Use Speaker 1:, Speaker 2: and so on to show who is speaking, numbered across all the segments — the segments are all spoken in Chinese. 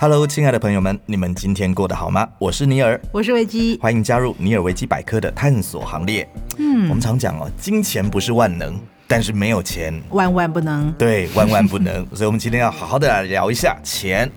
Speaker 1: Hello，亲爱的朋友们，你们今天过得好吗？我是尼尔，
Speaker 2: 我是维基。
Speaker 1: 欢迎加入尼尔维基百科的探索行列。我
Speaker 2: 嗯
Speaker 1: 们，常讲哦，金钱不是万能，但是没有钱，
Speaker 2: 万万不能。
Speaker 1: 对，万万不 能。所以，我们今天要好好的来聊一下钱。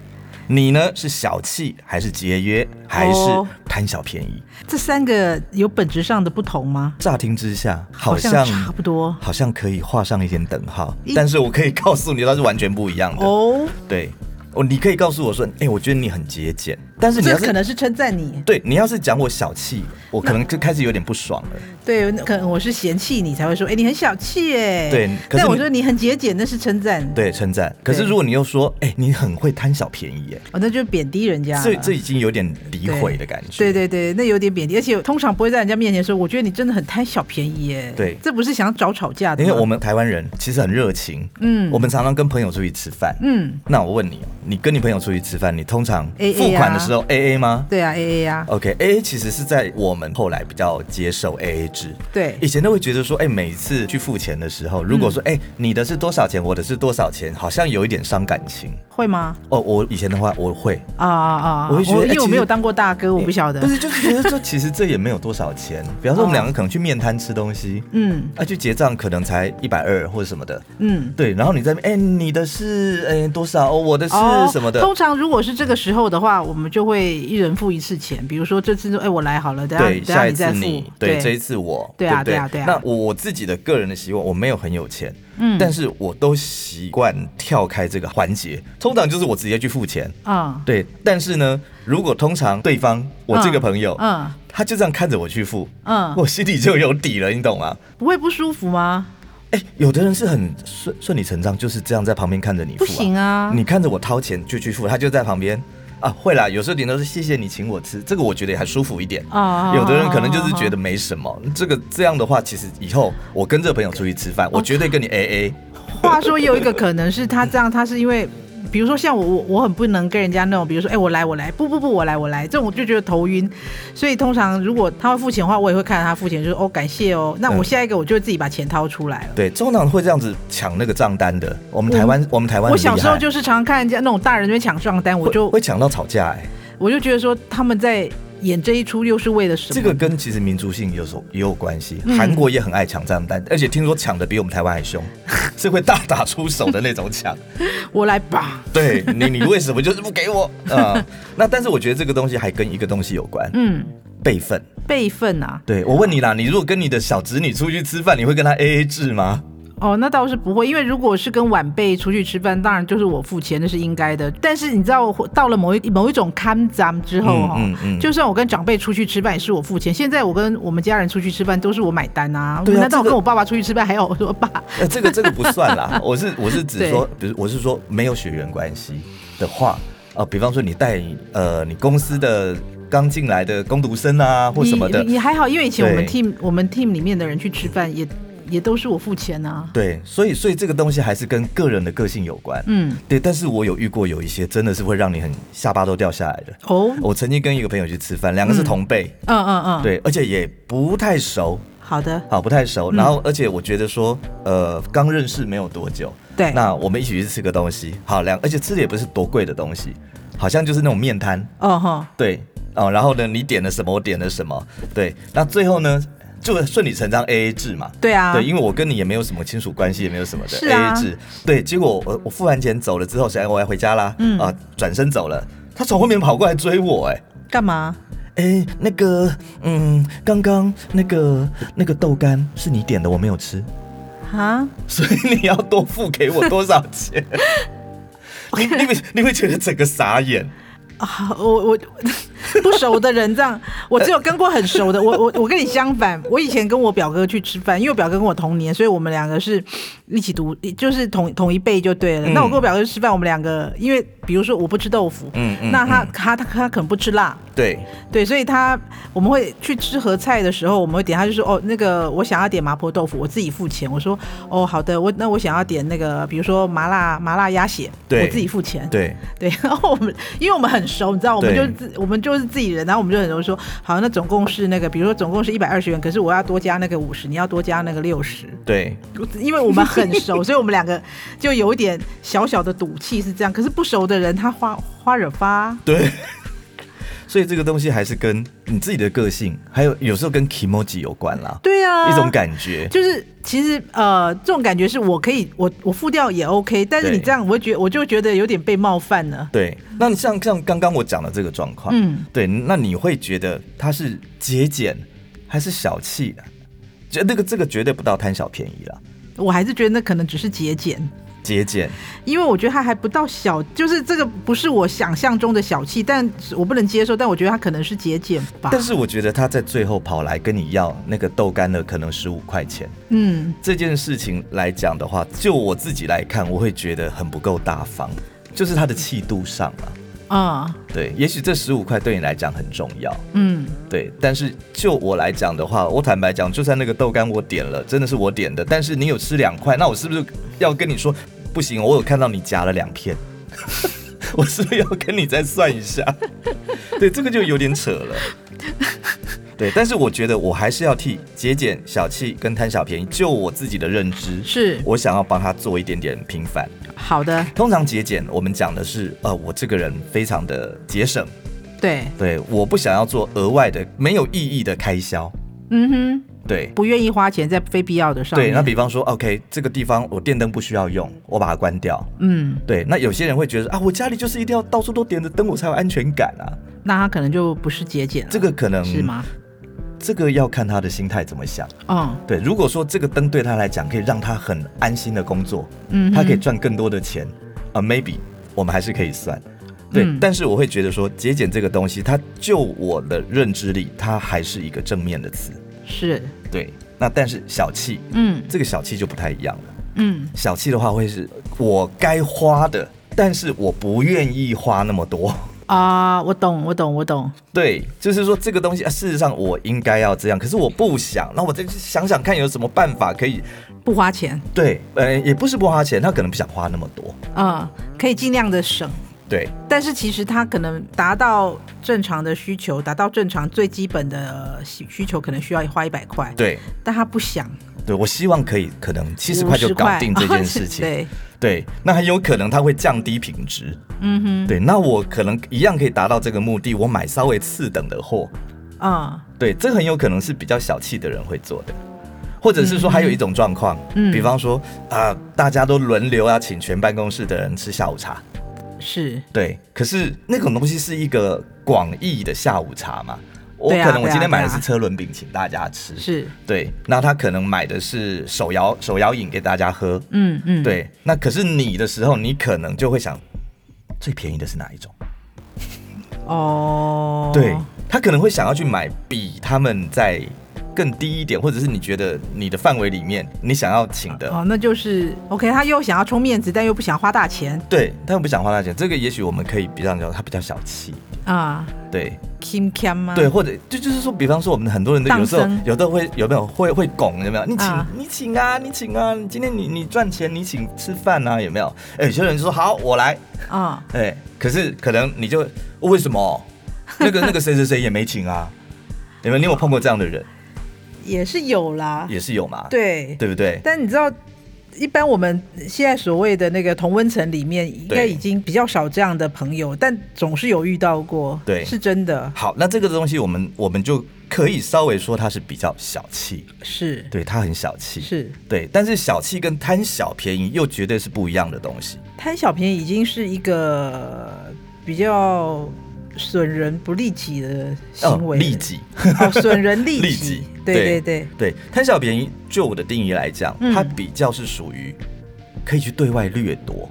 Speaker 1: 你呢？是小气还是节约，还是
Speaker 2: 哦
Speaker 1: 贪小便宜？
Speaker 2: 这三个有本质上的不同吗？
Speaker 1: 乍听之下，好
Speaker 2: 像
Speaker 1: 像
Speaker 2: 差不多
Speaker 1: 好像可以画上一点等号
Speaker 2: 一，
Speaker 1: 但是我可以告诉你，它是完全不一样的。
Speaker 2: 哦。
Speaker 1: 对，哦，你可以告诉我说，哎、我觉得你很节俭，但是你
Speaker 2: 这
Speaker 1: 要是
Speaker 2: 可能是称赞你，
Speaker 1: 对你要是讲我小气，我可能就开始有点不 爽了。
Speaker 2: 对，可能我是嫌弃你才会说，哎，你很小气哎。
Speaker 1: 对可是
Speaker 2: 但我
Speaker 1: 你
Speaker 2: 说你很节俭，那是称赞，，
Speaker 1: 对，称赞。可是
Speaker 2: 对
Speaker 1: 如果你又说，哎、你很会贪小便宜，
Speaker 2: 哦，那就贬低人家
Speaker 1: 哎，
Speaker 2: 了。
Speaker 1: 这这已经有点诋毁的感觉。
Speaker 2: 啊对对对，那有点贬低，而且通常不会在人家面前说，我觉得你真的很贪小便宜耶。
Speaker 1: 对
Speaker 2: 这不是想找吵架的
Speaker 1: 因
Speaker 2: 吗，
Speaker 1: 为我们台湾人其实很热情，
Speaker 2: 嗯
Speaker 1: 我们常常跟朋友出去吃饭。
Speaker 2: 嗯，
Speaker 1: 那我问你哦，你跟你朋友出去吃饭，你通常
Speaker 2: AA
Speaker 1: 付款的
Speaker 2: 啊
Speaker 1: 时候 A A 吗？
Speaker 2: 对啊，A A 啊，
Speaker 1: OK，AA、其实是在我们后来比较接受 AA 制。
Speaker 2: 对
Speaker 1: 以前都会觉得说，哎、每次去付钱的时候，如果说，
Speaker 2: 嗯
Speaker 1: 哎、你的是多少钱，我的是多少钱，好像有一点伤感情。
Speaker 2: 会吗？
Speaker 1: 哦，我以前的话，我会，
Speaker 2: 啊啊啊！
Speaker 1: 我会觉得
Speaker 2: 因
Speaker 1: 哎
Speaker 2: 为我
Speaker 1: 其
Speaker 2: 没
Speaker 1: 实
Speaker 2: 有当过大哥，我不晓得
Speaker 1: 不。是，就是觉得说，其实这也没有多少钱。比方说，我们两个可能去面摊吃东西，
Speaker 2: 嗯
Speaker 1: 啊，去结账可能才一百二或者什么的。
Speaker 2: 嗯，
Speaker 1: 对，然后你在那边，哎、你的是，哎、多少？哦，我的是
Speaker 2: 哦，
Speaker 1: 什么的？
Speaker 2: 通常如果是这个时候的话，我们就会一人付一次钱。比如说这次，哎，我来好了，等下
Speaker 1: 对，
Speaker 2: 等下
Speaker 1: 下一
Speaker 2: 你再
Speaker 1: 次
Speaker 2: 付。
Speaker 1: 你，对，这一次我，
Speaker 2: 对啊
Speaker 1: 不对
Speaker 2: 对啊对啊
Speaker 1: 那我我自己的个人的习惯，我没有很有钱，
Speaker 2: 嗯
Speaker 1: 但是我都习惯跳开这个环节，通常就是我直接去付钱。
Speaker 2: 嗯
Speaker 1: 对，但是呢，如果通常对方我这个朋友，
Speaker 2: 嗯
Speaker 1: 他就这样看着我去付，
Speaker 2: 嗯，
Speaker 1: 我心里就有底了，你懂吗？
Speaker 2: 不会不舒服吗？
Speaker 1: 哎，有的人是很顺顺理成章，就是这样在旁边看着你付、
Speaker 2: 不
Speaker 1: 啊，
Speaker 2: 行啊，
Speaker 1: 你看着我掏钱就去付，他就在旁边啊，会啦，有时候顶多是谢谢你请我吃，这个我觉得也还舒服一点。
Speaker 2: 啊
Speaker 1: 有的人可能就是觉得没什么，这个这样的话，其实以后我跟这个朋友出去吃饭，
Speaker 2: 哦
Speaker 1: 我绝对跟你 A
Speaker 2: 话说有一个可能是他这样，他是因为。比如说像我我我很不能跟人家那种，比如说哎、我来我来，不不不我来我来，这种我就觉得头晕。所以通常如果他会付钱的话，我也会看着他付钱，就是哦感谢哦。那我
Speaker 1: 嗯
Speaker 2: 下一个我就会自己把钱掏出来了
Speaker 1: A。。对，通常会这样子抢那个账单的。我们台湾，我们台湾
Speaker 2: 我
Speaker 1: 很厉害，
Speaker 2: 小时候就是常看人家那种大人在抢账单，我
Speaker 1: 会
Speaker 2: 就
Speaker 1: 会抢到吵架哎、
Speaker 2: 我就觉得说他们在演这一出又是为了什么？
Speaker 1: 这个跟其实民族性有所也有关系。
Speaker 2: 嗯
Speaker 1: 韩国也很爱抢账单，而且听说抢的比我们台湾还凶， 是会大打出手的那种 抢。
Speaker 2: 我来吧，
Speaker 1: 对你，你为什么就是不给我啊、那但是我觉得这个东西还跟一个东西有关，
Speaker 2: 嗯，
Speaker 1: 辈分。
Speaker 2: 备份啊，
Speaker 1: 对我问你啦，你如果跟你的小侄女出去吃饭，你会跟她 A A 制吗？
Speaker 2: 哦，那倒是不会，因为如果是跟晚辈出去吃饭，当然就是我付钱，那是应该的。但是你知道，到了某一某一种看咱之后哈、
Speaker 1: 嗯嗯嗯
Speaker 2: 就算我跟长辈出去吃饭也是我付钱，现在我跟我们家人出去吃饭都是我买单啊。
Speaker 1: 对啊
Speaker 2: 难道我
Speaker 1: 这个
Speaker 2: 跟我爸爸出去吃饭还要我说爸？
Speaker 1: 呃，这个这个不算啦， 我是我是指
Speaker 2: 对
Speaker 1: 说，比如我是说没有血缘关系的话，呃，比方说你带呃你公司的刚进来的工读生啊 或什么的
Speaker 2: 你，你还好，因为以前我们
Speaker 1: 对
Speaker 2: team 我们 team 里面的人去吃饭也也都是我付钱啊。
Speaker 1: 对，所以所以这个东西还是跟个人的个性有关。
Speaker 2: 嗯，
Speaker 1: 对，但是我有遇过有一些真的是会让你很下巴都掉下来的。
Speaker 2: 哦，
Speaker 1: 我曾经跟一个朋友去吃饭，两个是同辈，
Speaker 2: 嗯嗯嗯，，
Speaker 1: 对，而且也不太熟，
Speaker 2: 好的，
Speaker 1: 好不太
Speaker 2: 嗯
Speaker 1: 熟。然后而且我觉得说，呃，刚认识没有多久，
Speaker 2: 对，
Speaker 1: 那我们一起去吃个东西，好两，而且吃的也不是多贵的东西，好像就是那种面摊，
Speaker 2: 哦哈。
Speaker 1: 对，哦，然后呢，你点了什么，我点了什么，对，那最后呢，就顺理成章 A A 制嘛。
Speaker 2: 对啊，
Speaker 1: 对，因为我跟你也没有什么亲属关系，也没有什么的
Speaker 2: 是
Speaker 1: A
Speaker 2: 啊
Speaker 1: A 制。对，结果我我付完钱走了之后，想我要回家啦，
Speaker 2: 嗯
Speaker 1: 啊，转身走了，他从后面跑过来追我、哎。
Speaker 2: 干嘛？
Speaker 1: 哎，那个，嗯，刚刚那个那个豆干是你点的，我没有吃，
Speaker 2: 啊？
Speaker 1: 所以你要多付给我多少钱？你你会你会觉得整个傻眼，
Speaker 2: 啊，我我不熟的人这样，我只有跟过很熟的。我我我跟你相反，我以前跟我表哥去吃饭，因为我表哥跟我同年，所以我们两个是一起读，就是同同一辈就对了。
Speaker 1: 嗯
Speaker 2: 那我跟我表哥去吃饭，我们两个因为比如说我不吃豆腐，
Speaker 1: 嗯嗯
Speaker 2: 那他
Speaker 1: 嗯
Speaker 2: 他他他可能不吃辣，
Speaker 1: 对，
Speaker 2: 对，所以他我们会去吃合菜的时候，我们会点，他就说哦，那个我想要点麻婆豆腐，我自己付钱。我说哦，好的，我那我想要点那个，比如说麻辣麻辣鸭血，
Speaker 1: 对
Speaker 2: 我自己付钱。
Speaker 1: 对，
Speaker 2: 对，然后我们因为我们很熟，你知道，我们
Speaker 1: 对
Speaker 2: 就是自我们就是自己人，然后我们就很容易说好，那总共是那个，比如说总共是一百二十元，可是我要多加那个五十，你要多加那个六十，
Speaker 1: 对，
Speaker 2: 因为我们很熟，所以我们两个就有一点小小的赌气是这样。可是不熟的人，他花花惹发，
Speaker 1: 对，所以这个东西还是跟你自己的个性，还有有时候跟 emoji 有关啦，
Speaker 2: 对啊，
Speaker 1: 一种感觉。
Speaker 2: 就是其实呃，这种感觉是我可以，我我付掉也 OK，但是你
Speaker 1: 对
Speaker 2: 这样，我会觉我就觉得有点被冒犯了。
Speaker 1: 对，那你像像刚刚我讲的这个状况，
Speaker 2: 嗯，
Speaker 1: 对，那你会觉得他是节俭还是小气的？觉那个这个绝对不到贪小便宜了，
Speaker 2: 我还是觉得那可能只是节俭，
Speaker 1: 节俭
Speaker 2: 因为我觉得他还不到小，就是这个不是我想象中的小气，但是我不能接受，但我觉得他可能是节俭吧。
Speaker 1: 但是我觉得他在最后跑来跟你要那个豆干的可能十五块钱
Speaker 2: 嗯，
Speaker 1: 这件事情来讲的话，就我自己来看，我会觉得很不够大方，就是他的气度上啊。
Speaker 2: 啊、
Speaker 1: 对，也许这十五块对你来讲很重要，
Speaker 2: 嗯，
Speaker 1: 对，但是就我来讲的话，我坦白讲，就算那个豆干我点了，真的是我点的，但是你有吃两块，那我是不是要跟你说不行？我有看到你夹了两片， 我是不是要跟你再算一下？对，这个就有点扯了。对，但是我觉得我还是要替节俭、小气跟贪小便宜，就我自己的认知，
Speaker 2: 是
Speaker 1: 我想要帮他做一点点平反。
Speaker 2: 好的，
Speaker 1: 通常节俭，我们讲的是，呃，我这个人非常的节省，
Speaker 2: 对，
Speaker 1: 对，我不想要做额外的没有意义的开销。
Speaker 2: 嗯哼，
Speaker 1: 对
Speaker 2: 不愿意花钱在非必要的上面。
Speaker 1: 对，那比方说，OK，这个地方我电灯不需要用，我把它关掉。
Speaker 2: 嗯，
Speaker 1: 对，那有些人会觉得啊，我家里就是一定要到处都点着灯，我才有安全感啊。
Speaker 2: 那他可能就不是节俭了，
Speaker 1: 这个可能
Speaker 2: 是吗？
Speaker 1: 这个要看他的心态怎么想。
Speaker 2: 嗯
Speaker 1: 对，如果说这个灯对他来讲可以让他很安心的工作，
Speaker 2: 嗯哼，
Speaker 1: 他可以赚更多的钱啊、m a y b e 我们还是可以算。对，
Speaker 2: 嗯
Speaker 1: 但是我会觉得说节俭这个东西，它就我的认知里，它还是一个正面的词。
Speaker 2: 是，
Speaker 1: 对，那但是小气，
Speaker 2: 嗯
Speaker 1: 这个小气就不太一样了。
Speaker 2: 嗯，
Speaker 1: 小气的话会是我该花的，但是我不愿意花那么多。
Speaker 2: 啊、我懂，我懂，我懂，
Speaker 1: 对，就是说这个东西，啊、事实上我应该要这样，可是我不想。那我再去想想看有什么办法可以
Speaker 2: 不花钱，
Speaker 1: 对，呃，也不是不花钱，他可能不想花那么多。
Speaker 2: 嗯，可以尽量的省。
Speaker 1: 对
Speaker 2: 但是其实他可能达到正常的需求，达到正常最基本的呃需需求，可能需要花一百块，
Speaker 1: 对
Speaker 2: 但他不想
Speaker 1: 对，我希望可以可能七十块就
Speaker 2: 50
Speaker 1: 搞定这 件事情。
Speaker 2: 对，
Speaker 1: 对，那很有可能它会降低品质。
Speaker 2: 嗯哼，
Speaker 1: 对，那我可能一样可以达到这个目的，我买稍微次等的货。
Speaker 2: 嗯
Speaker 1: 对，这很有可能是比较小气的人会做的，或者是说还有一种状况，
Speaker 2: 嗯
Speaker 1: 比方说啊、大家都轮流要请全办公室的人吃下午茶，
Speaker 2: 是
Speaker 1: 对，可是那种东西是一个广义的下午茶嘛，我
Speaker 2: 对啊
Speaker 1: 可能我
Speaker 2: 对啊
Speaker 1: 今天买的
Speaker 2: 对啊
Speaker 1: 是车轮饼请大家吃，
Speaker 2: 是，
Speaker 1: 对，那他可能买的是手摇手摇饮给大家喝，
Speaker 2: 嗯嗯，，
Speaker 1: 对，那可是你的时候，你可能就会想最便宜的是哪一种？
Speaker 2: 哦，
Speaker 1: 对他可能会想要去买比他们在更低一点，或者是你觉得你的范围里面你想要请的，
Speaker 2: 哦，那就是 OK，他又想要充面子，但又不想花大钱
Speaker 1: 对，他们不想花大钱，这个也许我们可以比较讲，他比较小气，
Speaker 2: 啊
Speaker 1: 对
Speaker 2: ，Kim Kim 啊吗？
Speaker 1: 对，，或者就就是说，比方说我们很多人都
Speaker 2: 当
Speaker 1: 有时候
Speaker 2: 生
Speaker 1: 有的会有没有会会拱有没有？你请、
Speaker 2: 啊
Speaker 1: 你请啊，你请啊，你今天你你赚钱你请吃饭啊有没有？哎、有些人就说好我来，
Speaker 2: 啊、
Speaker 1: 哎、可是可能你就哦为什么那个那个谁谁谁也没请啊？你们你有碰过这样的 人
Speaker 2: 也是有啦，
Speaker 1: 也是有嘛？
Speaker 2: 对
Speaker 1: 对不对？
Speaker 2: 但你知道，一般我们现在所谓的那个同温层里面，应该已经比较少这样的朋友，但总是有遇到过，
Speaker 1: 对
Speaker 2: 是真的，
Speaker 1: 好，那这个东西我们我们就可以稍微说它是比较小气，
Speaker 2: 是
Speaker 1: 对，它很小气，
Speaker 2: 是
Speaker 1: 对，但是小气跟贪小便宜又绝对是不一样的东西，
Speaker 2: 贪小便宜已经是一个比较损人不利己的行为，
Speaker 1: 利，己，
Speaker 2: 哦，损人利己，
Speaker 1: 利己，
Speaker 2: 对对对，
Speaker 1: 对，贪小便宜，就我的定义来讲，
Speaker 2: 嗯
Speaker 1: 它比较是属于可以去对外掠夺，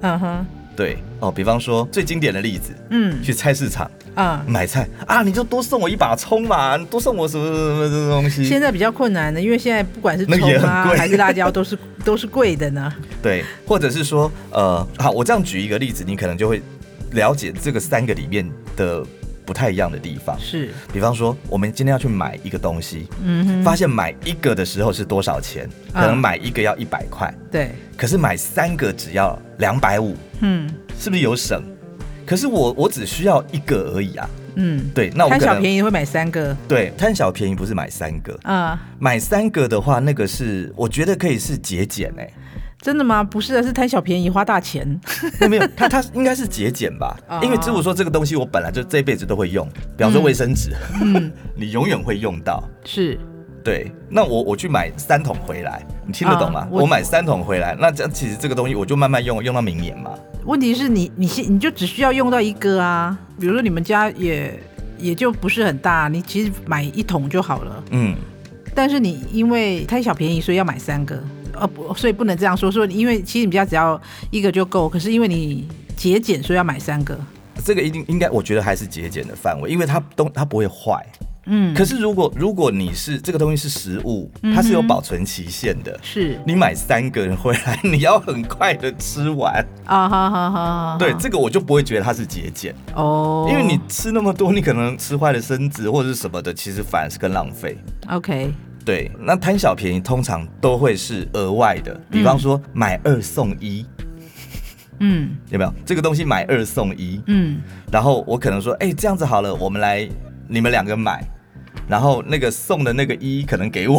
Speaker 2: 嗯哼，
Speaker 1: 对，哦，比方说最经典的例子，
Speaker 2: 嗯
Speaker 1: 去菜市场
Speaker 2: 啊。
Speaker 1: 买菜啊，你就多送我一把葱嘛，你多送我什么什么什么东西，
Speaker 2: 现在比较困难的，因为现在不管是
Speaker 1: 那
Speaker 2: 葱
Speaker 1: 个也
Speaker 2: 啊
Speaker 1: 很贵
Speaker 2: 还是辣椒，都是都是贵的呢。
Speaker 1: 对，或者是说，呃，好，我这样举一个例子，你可能就会了解这个三个里面的不太一样的地方。
Speaker 2: 是，
Speaker 1: 比方说，我们今天要去买一个东西，
Speaker 2: 嗯哼，
Speaker 1: 发现买一个的时候是多少钱？可
Speaker 2: 啊
Speaker 1: 能买一个要一百块，
Speaker 2: 对，
Speaker 1: 可是买三个只要两百五，
Speaker 2: 嗯
Speaker 1: 是不是有省？可是我我只需要一个而已啊，
Speaker 2: 嗯，
Speaker 1: 对，那我
Speaker 2: 贪
Speaker 1: 可
Speaker 2: 小
Speaker 1: 能
Speaker 2: 便宜会买三个，
Speaker 1: 对贪小便宜不是买三个，
Speaker 2: 啊、
Speaker 1: 买三个的话，那个是我觉得可以是节俭哎、
Speaker 2: 真的吗？不是的，是贪小便宜花大钱。
Speaker 1: 那没有，它它应该是节俭吧
Speaker 2: 啊？
Speaker 1: 因为支付说这个东西我本来就这辈子都会用，比方说卫生纸，
Speaker 2: 嗯，
Speaker 1: 你永远会用到。
Speaker 2: 是
Speaker 1: 对，那我我去买三桶回来，你听得懂吗？
Speaker 2: 啊我
Speaker 1: 我买三桶回来，那这样其实这个东西我就慢慢用，用到明年嘛。
Speaker 2: 问题是你你现你就只需要用到一个啊，比如说你们家也也就不是很大，你其实买一桶就好了。
Speaker 1: 嗯，
Speaker 2: 但是你因为贪小便宜，所以要买三个，呃，不，所以不能这样说。说你因为其实你们家只要一个就够，可是因为你节俭，所以要买三个。
Speaker 1: 这个一定应该，我觉得还是节俭的范围，因为它东它不会坏。
Speaker 2: 嗯，
Speaker 1: 可是如果如果你是这个东西是食物，它是有保存期限的。
Speaker 2: 是
Speaker 1: 你买三个人回来，你要很快的吃完。
Speaker 2: 啊，好好好好，
Speaker 1: 对，这个我就不会觉得它是节俭。
Speaker 2: 哦，
Speaker 1: 因为你吃那么多，你可能吃坏了身子或者是什么的，其实反而是更浪费。
Speaker 2: OK，
Speaker 1: 对，那贪小便宜通常都会是额外的，比方说买二送一，
Speaker 2: 嗯
Speaker 1: 有没有？这个东西买二送一，
Speaker 2: 嗯
Speaker 1: 然后我可能说，哎、这样子好了，我们来你们两个买，然后那个送的那个一可能给我，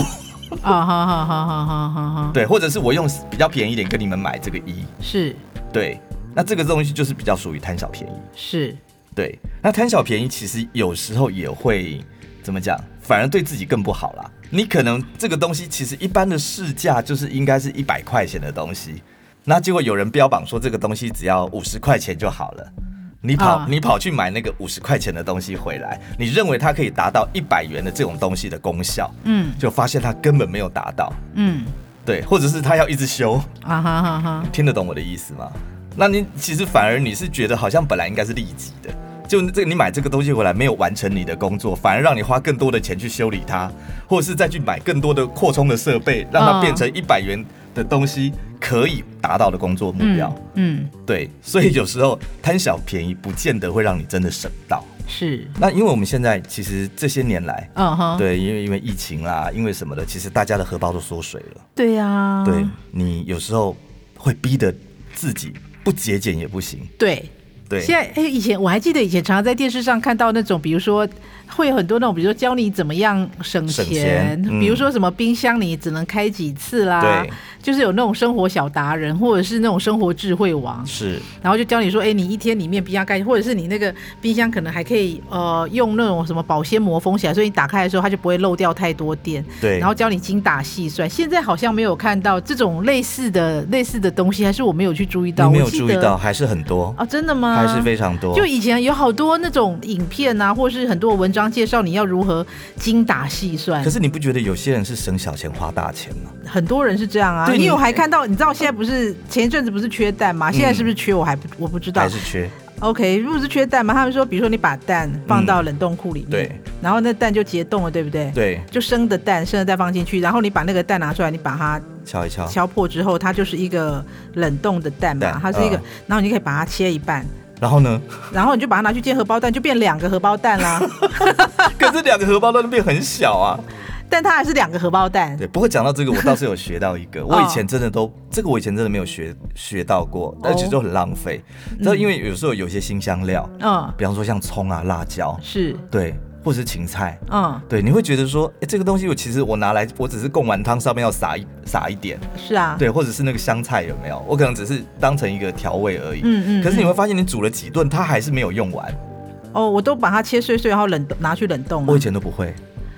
Speaker 2: 啊，好好好好好好好，
Speaker 1: 对，或者是我用比较便宜一点跟你们买这个一，
Speaker 2: 是
Speaker 1: 对，那这个东西就是比较属于贪小便宜。
Speaker 2: 是，
Speaker 1: 对，那贪小便宜其实有时候也会怎么讲，反而对自己更不好啦。你可能这个东西其实一般的市价就是应该是一百块钱的东西，那结果有人标榜说这个东西只要五十块钱就好了。你跑，
Speaker 2: 啊
Speaker 1: 你跑去买那个五十块钱的东西回来，你认为它可以达到一百元的这种东西的功效，
Speaker 2: 嗯
Speaker 1: 就发现它根本没有达到，
Speaker 2: 嗯
Speaker 1: 对，或者是它要一直修，
Speaker 2: 啊哈哈哈，
Speaker 1: 听得懂我的意思吗？那你其实反而你是觉得好像本来应该是利己的，就这个你买这个东西回来没有完成你的工作，反而让你花更多的钱去修理它，或者是再去买更多的扩充的设备，让它变成一百元的东西可以达到的工作目标。
Speaker 2: 嗯嗯
Speaker 1: 对，所以有时候贪小便宜不见得会让你真的省到。
Speaker 2: 是，
Speaker 1: 那因为我们现在其实这些年来，
Speaker 2: 嗯哼，
Speaker 1: 对，因为因为疫情啦，因为什么的，其实大家的荷包都缩水了。
Speaker 2: 对呀，
Speaker 1: 对你有时候会逼得自己不节俭也不行。
Speaker 2: 对。
Speaker 1: 对，
Speaker 2: 现在哎，以前我还记得以前常常在电视上看到那种，比如说会有很多那种，比如说教你怎么样省钱，
Speaker 1: 省钱嗯
Speaker 2: 比如说什么冰箱你只能开几次啦
Speaker 1: 对，
Speaker 2: 就是有那种生活小达人或者是那种生活智慧王，
Speaker 1: 是
Speaker 2: 然后就教你说，哎，你一天里面冰箱盖，或者是你那个冰箱可能还可以呃用那种什么保鲜膜封起来，所以你打开的时候它就不会漏掉太多电。
Speaker 1: 对
Speaker 2: 然后教你精打细算。现在好像没有看到这种类似的类似的东西，还是我没有去注意到。
Speaker 1: 你没有
Speaker 2: 我记
Speaker 1: 注
Speaker 2: 得
Speaker 1: 意到，还是很多，
Speaker 2: 啊？真的吗？
Speaker 1: 还是非常多。
Speaker 2: 就以前有好多那种影片啊，或是很多文章介绍你要如何精打细算
Speaker 1: 可，是你不觉得有些人是省小钱花大钱吗？
Speaker 2: 很多人是这样啊。
Speaker 1: 对
Speaker 2: 因为
Speaker 1: 你嗯
Speaker 2: 我还看到，你知道现在不是前一阵子不是缺蛋吗？现在是不是缺？我还不我不知道
Speaker 1: 还。是缺？
Speaker 2: OK，如果是缺蛋嘛，他们说，比如说你把蛋放到冷冻库里面，
Speaker 1: 嗯对，
Speaker 2: 然后那蛋就结冻了，对不对？，
Speaker 1: 对，
Speaker 2: 就生的蛋，生的蛋放进去，然后你把那个蛋拿出来，你把它
Speaker 1: 敲一敲，
Speaker 2: 敲破之后，它就是一个冷冻的蛋嘛，
Speaker 1: 啊蛋
Speaker 2: 它是一个，
Speaker 1: 嗯
Speaker 2: 然后你就可以把它切一半，
Speaker 1: 然后 呢？
Speaker 2: 然后你就把它拿去煎荷包蛋，就变两个荷包蛋 啦。
Speaker 1: 可是两个荷包都变很小啊。
Speaker 2: 但它还是两个荷包蛋。
Speaker 1: 对，不过讲到这个，我倒是有学到一 个，我以前真的都这个我以前真的没有学学到过，而且就很浪费。那、因为有时候有些新香料，
Speaker 2: 嗯，
Speaker 1: 比方说像葱啊、辣椒，
Speaker 2: 是，
Speaker 1: 对，或者是芹菜，
Speaker 2: 嗯，
Speaker 1: 对，你会觉得说，哎、这个东西我其实我拿来，我只是贡丸汤上面要撒一撒一点，
Speaker 2: 是啊，，
Speaker 1: 对，或者是那个香菜有没有？我可能只是当成一个调味而已。
Speaker 2: 嗯嗯
Speaker 1: 可是你会发现，你煮了几顿，它还是没有用完。
Speaker 2: 哦，我都把它切碎碎，然后冷冻拿去冷冻啊
Speaker 1: 我以
Speaker 2: 了
Speaker 1: 前都不会，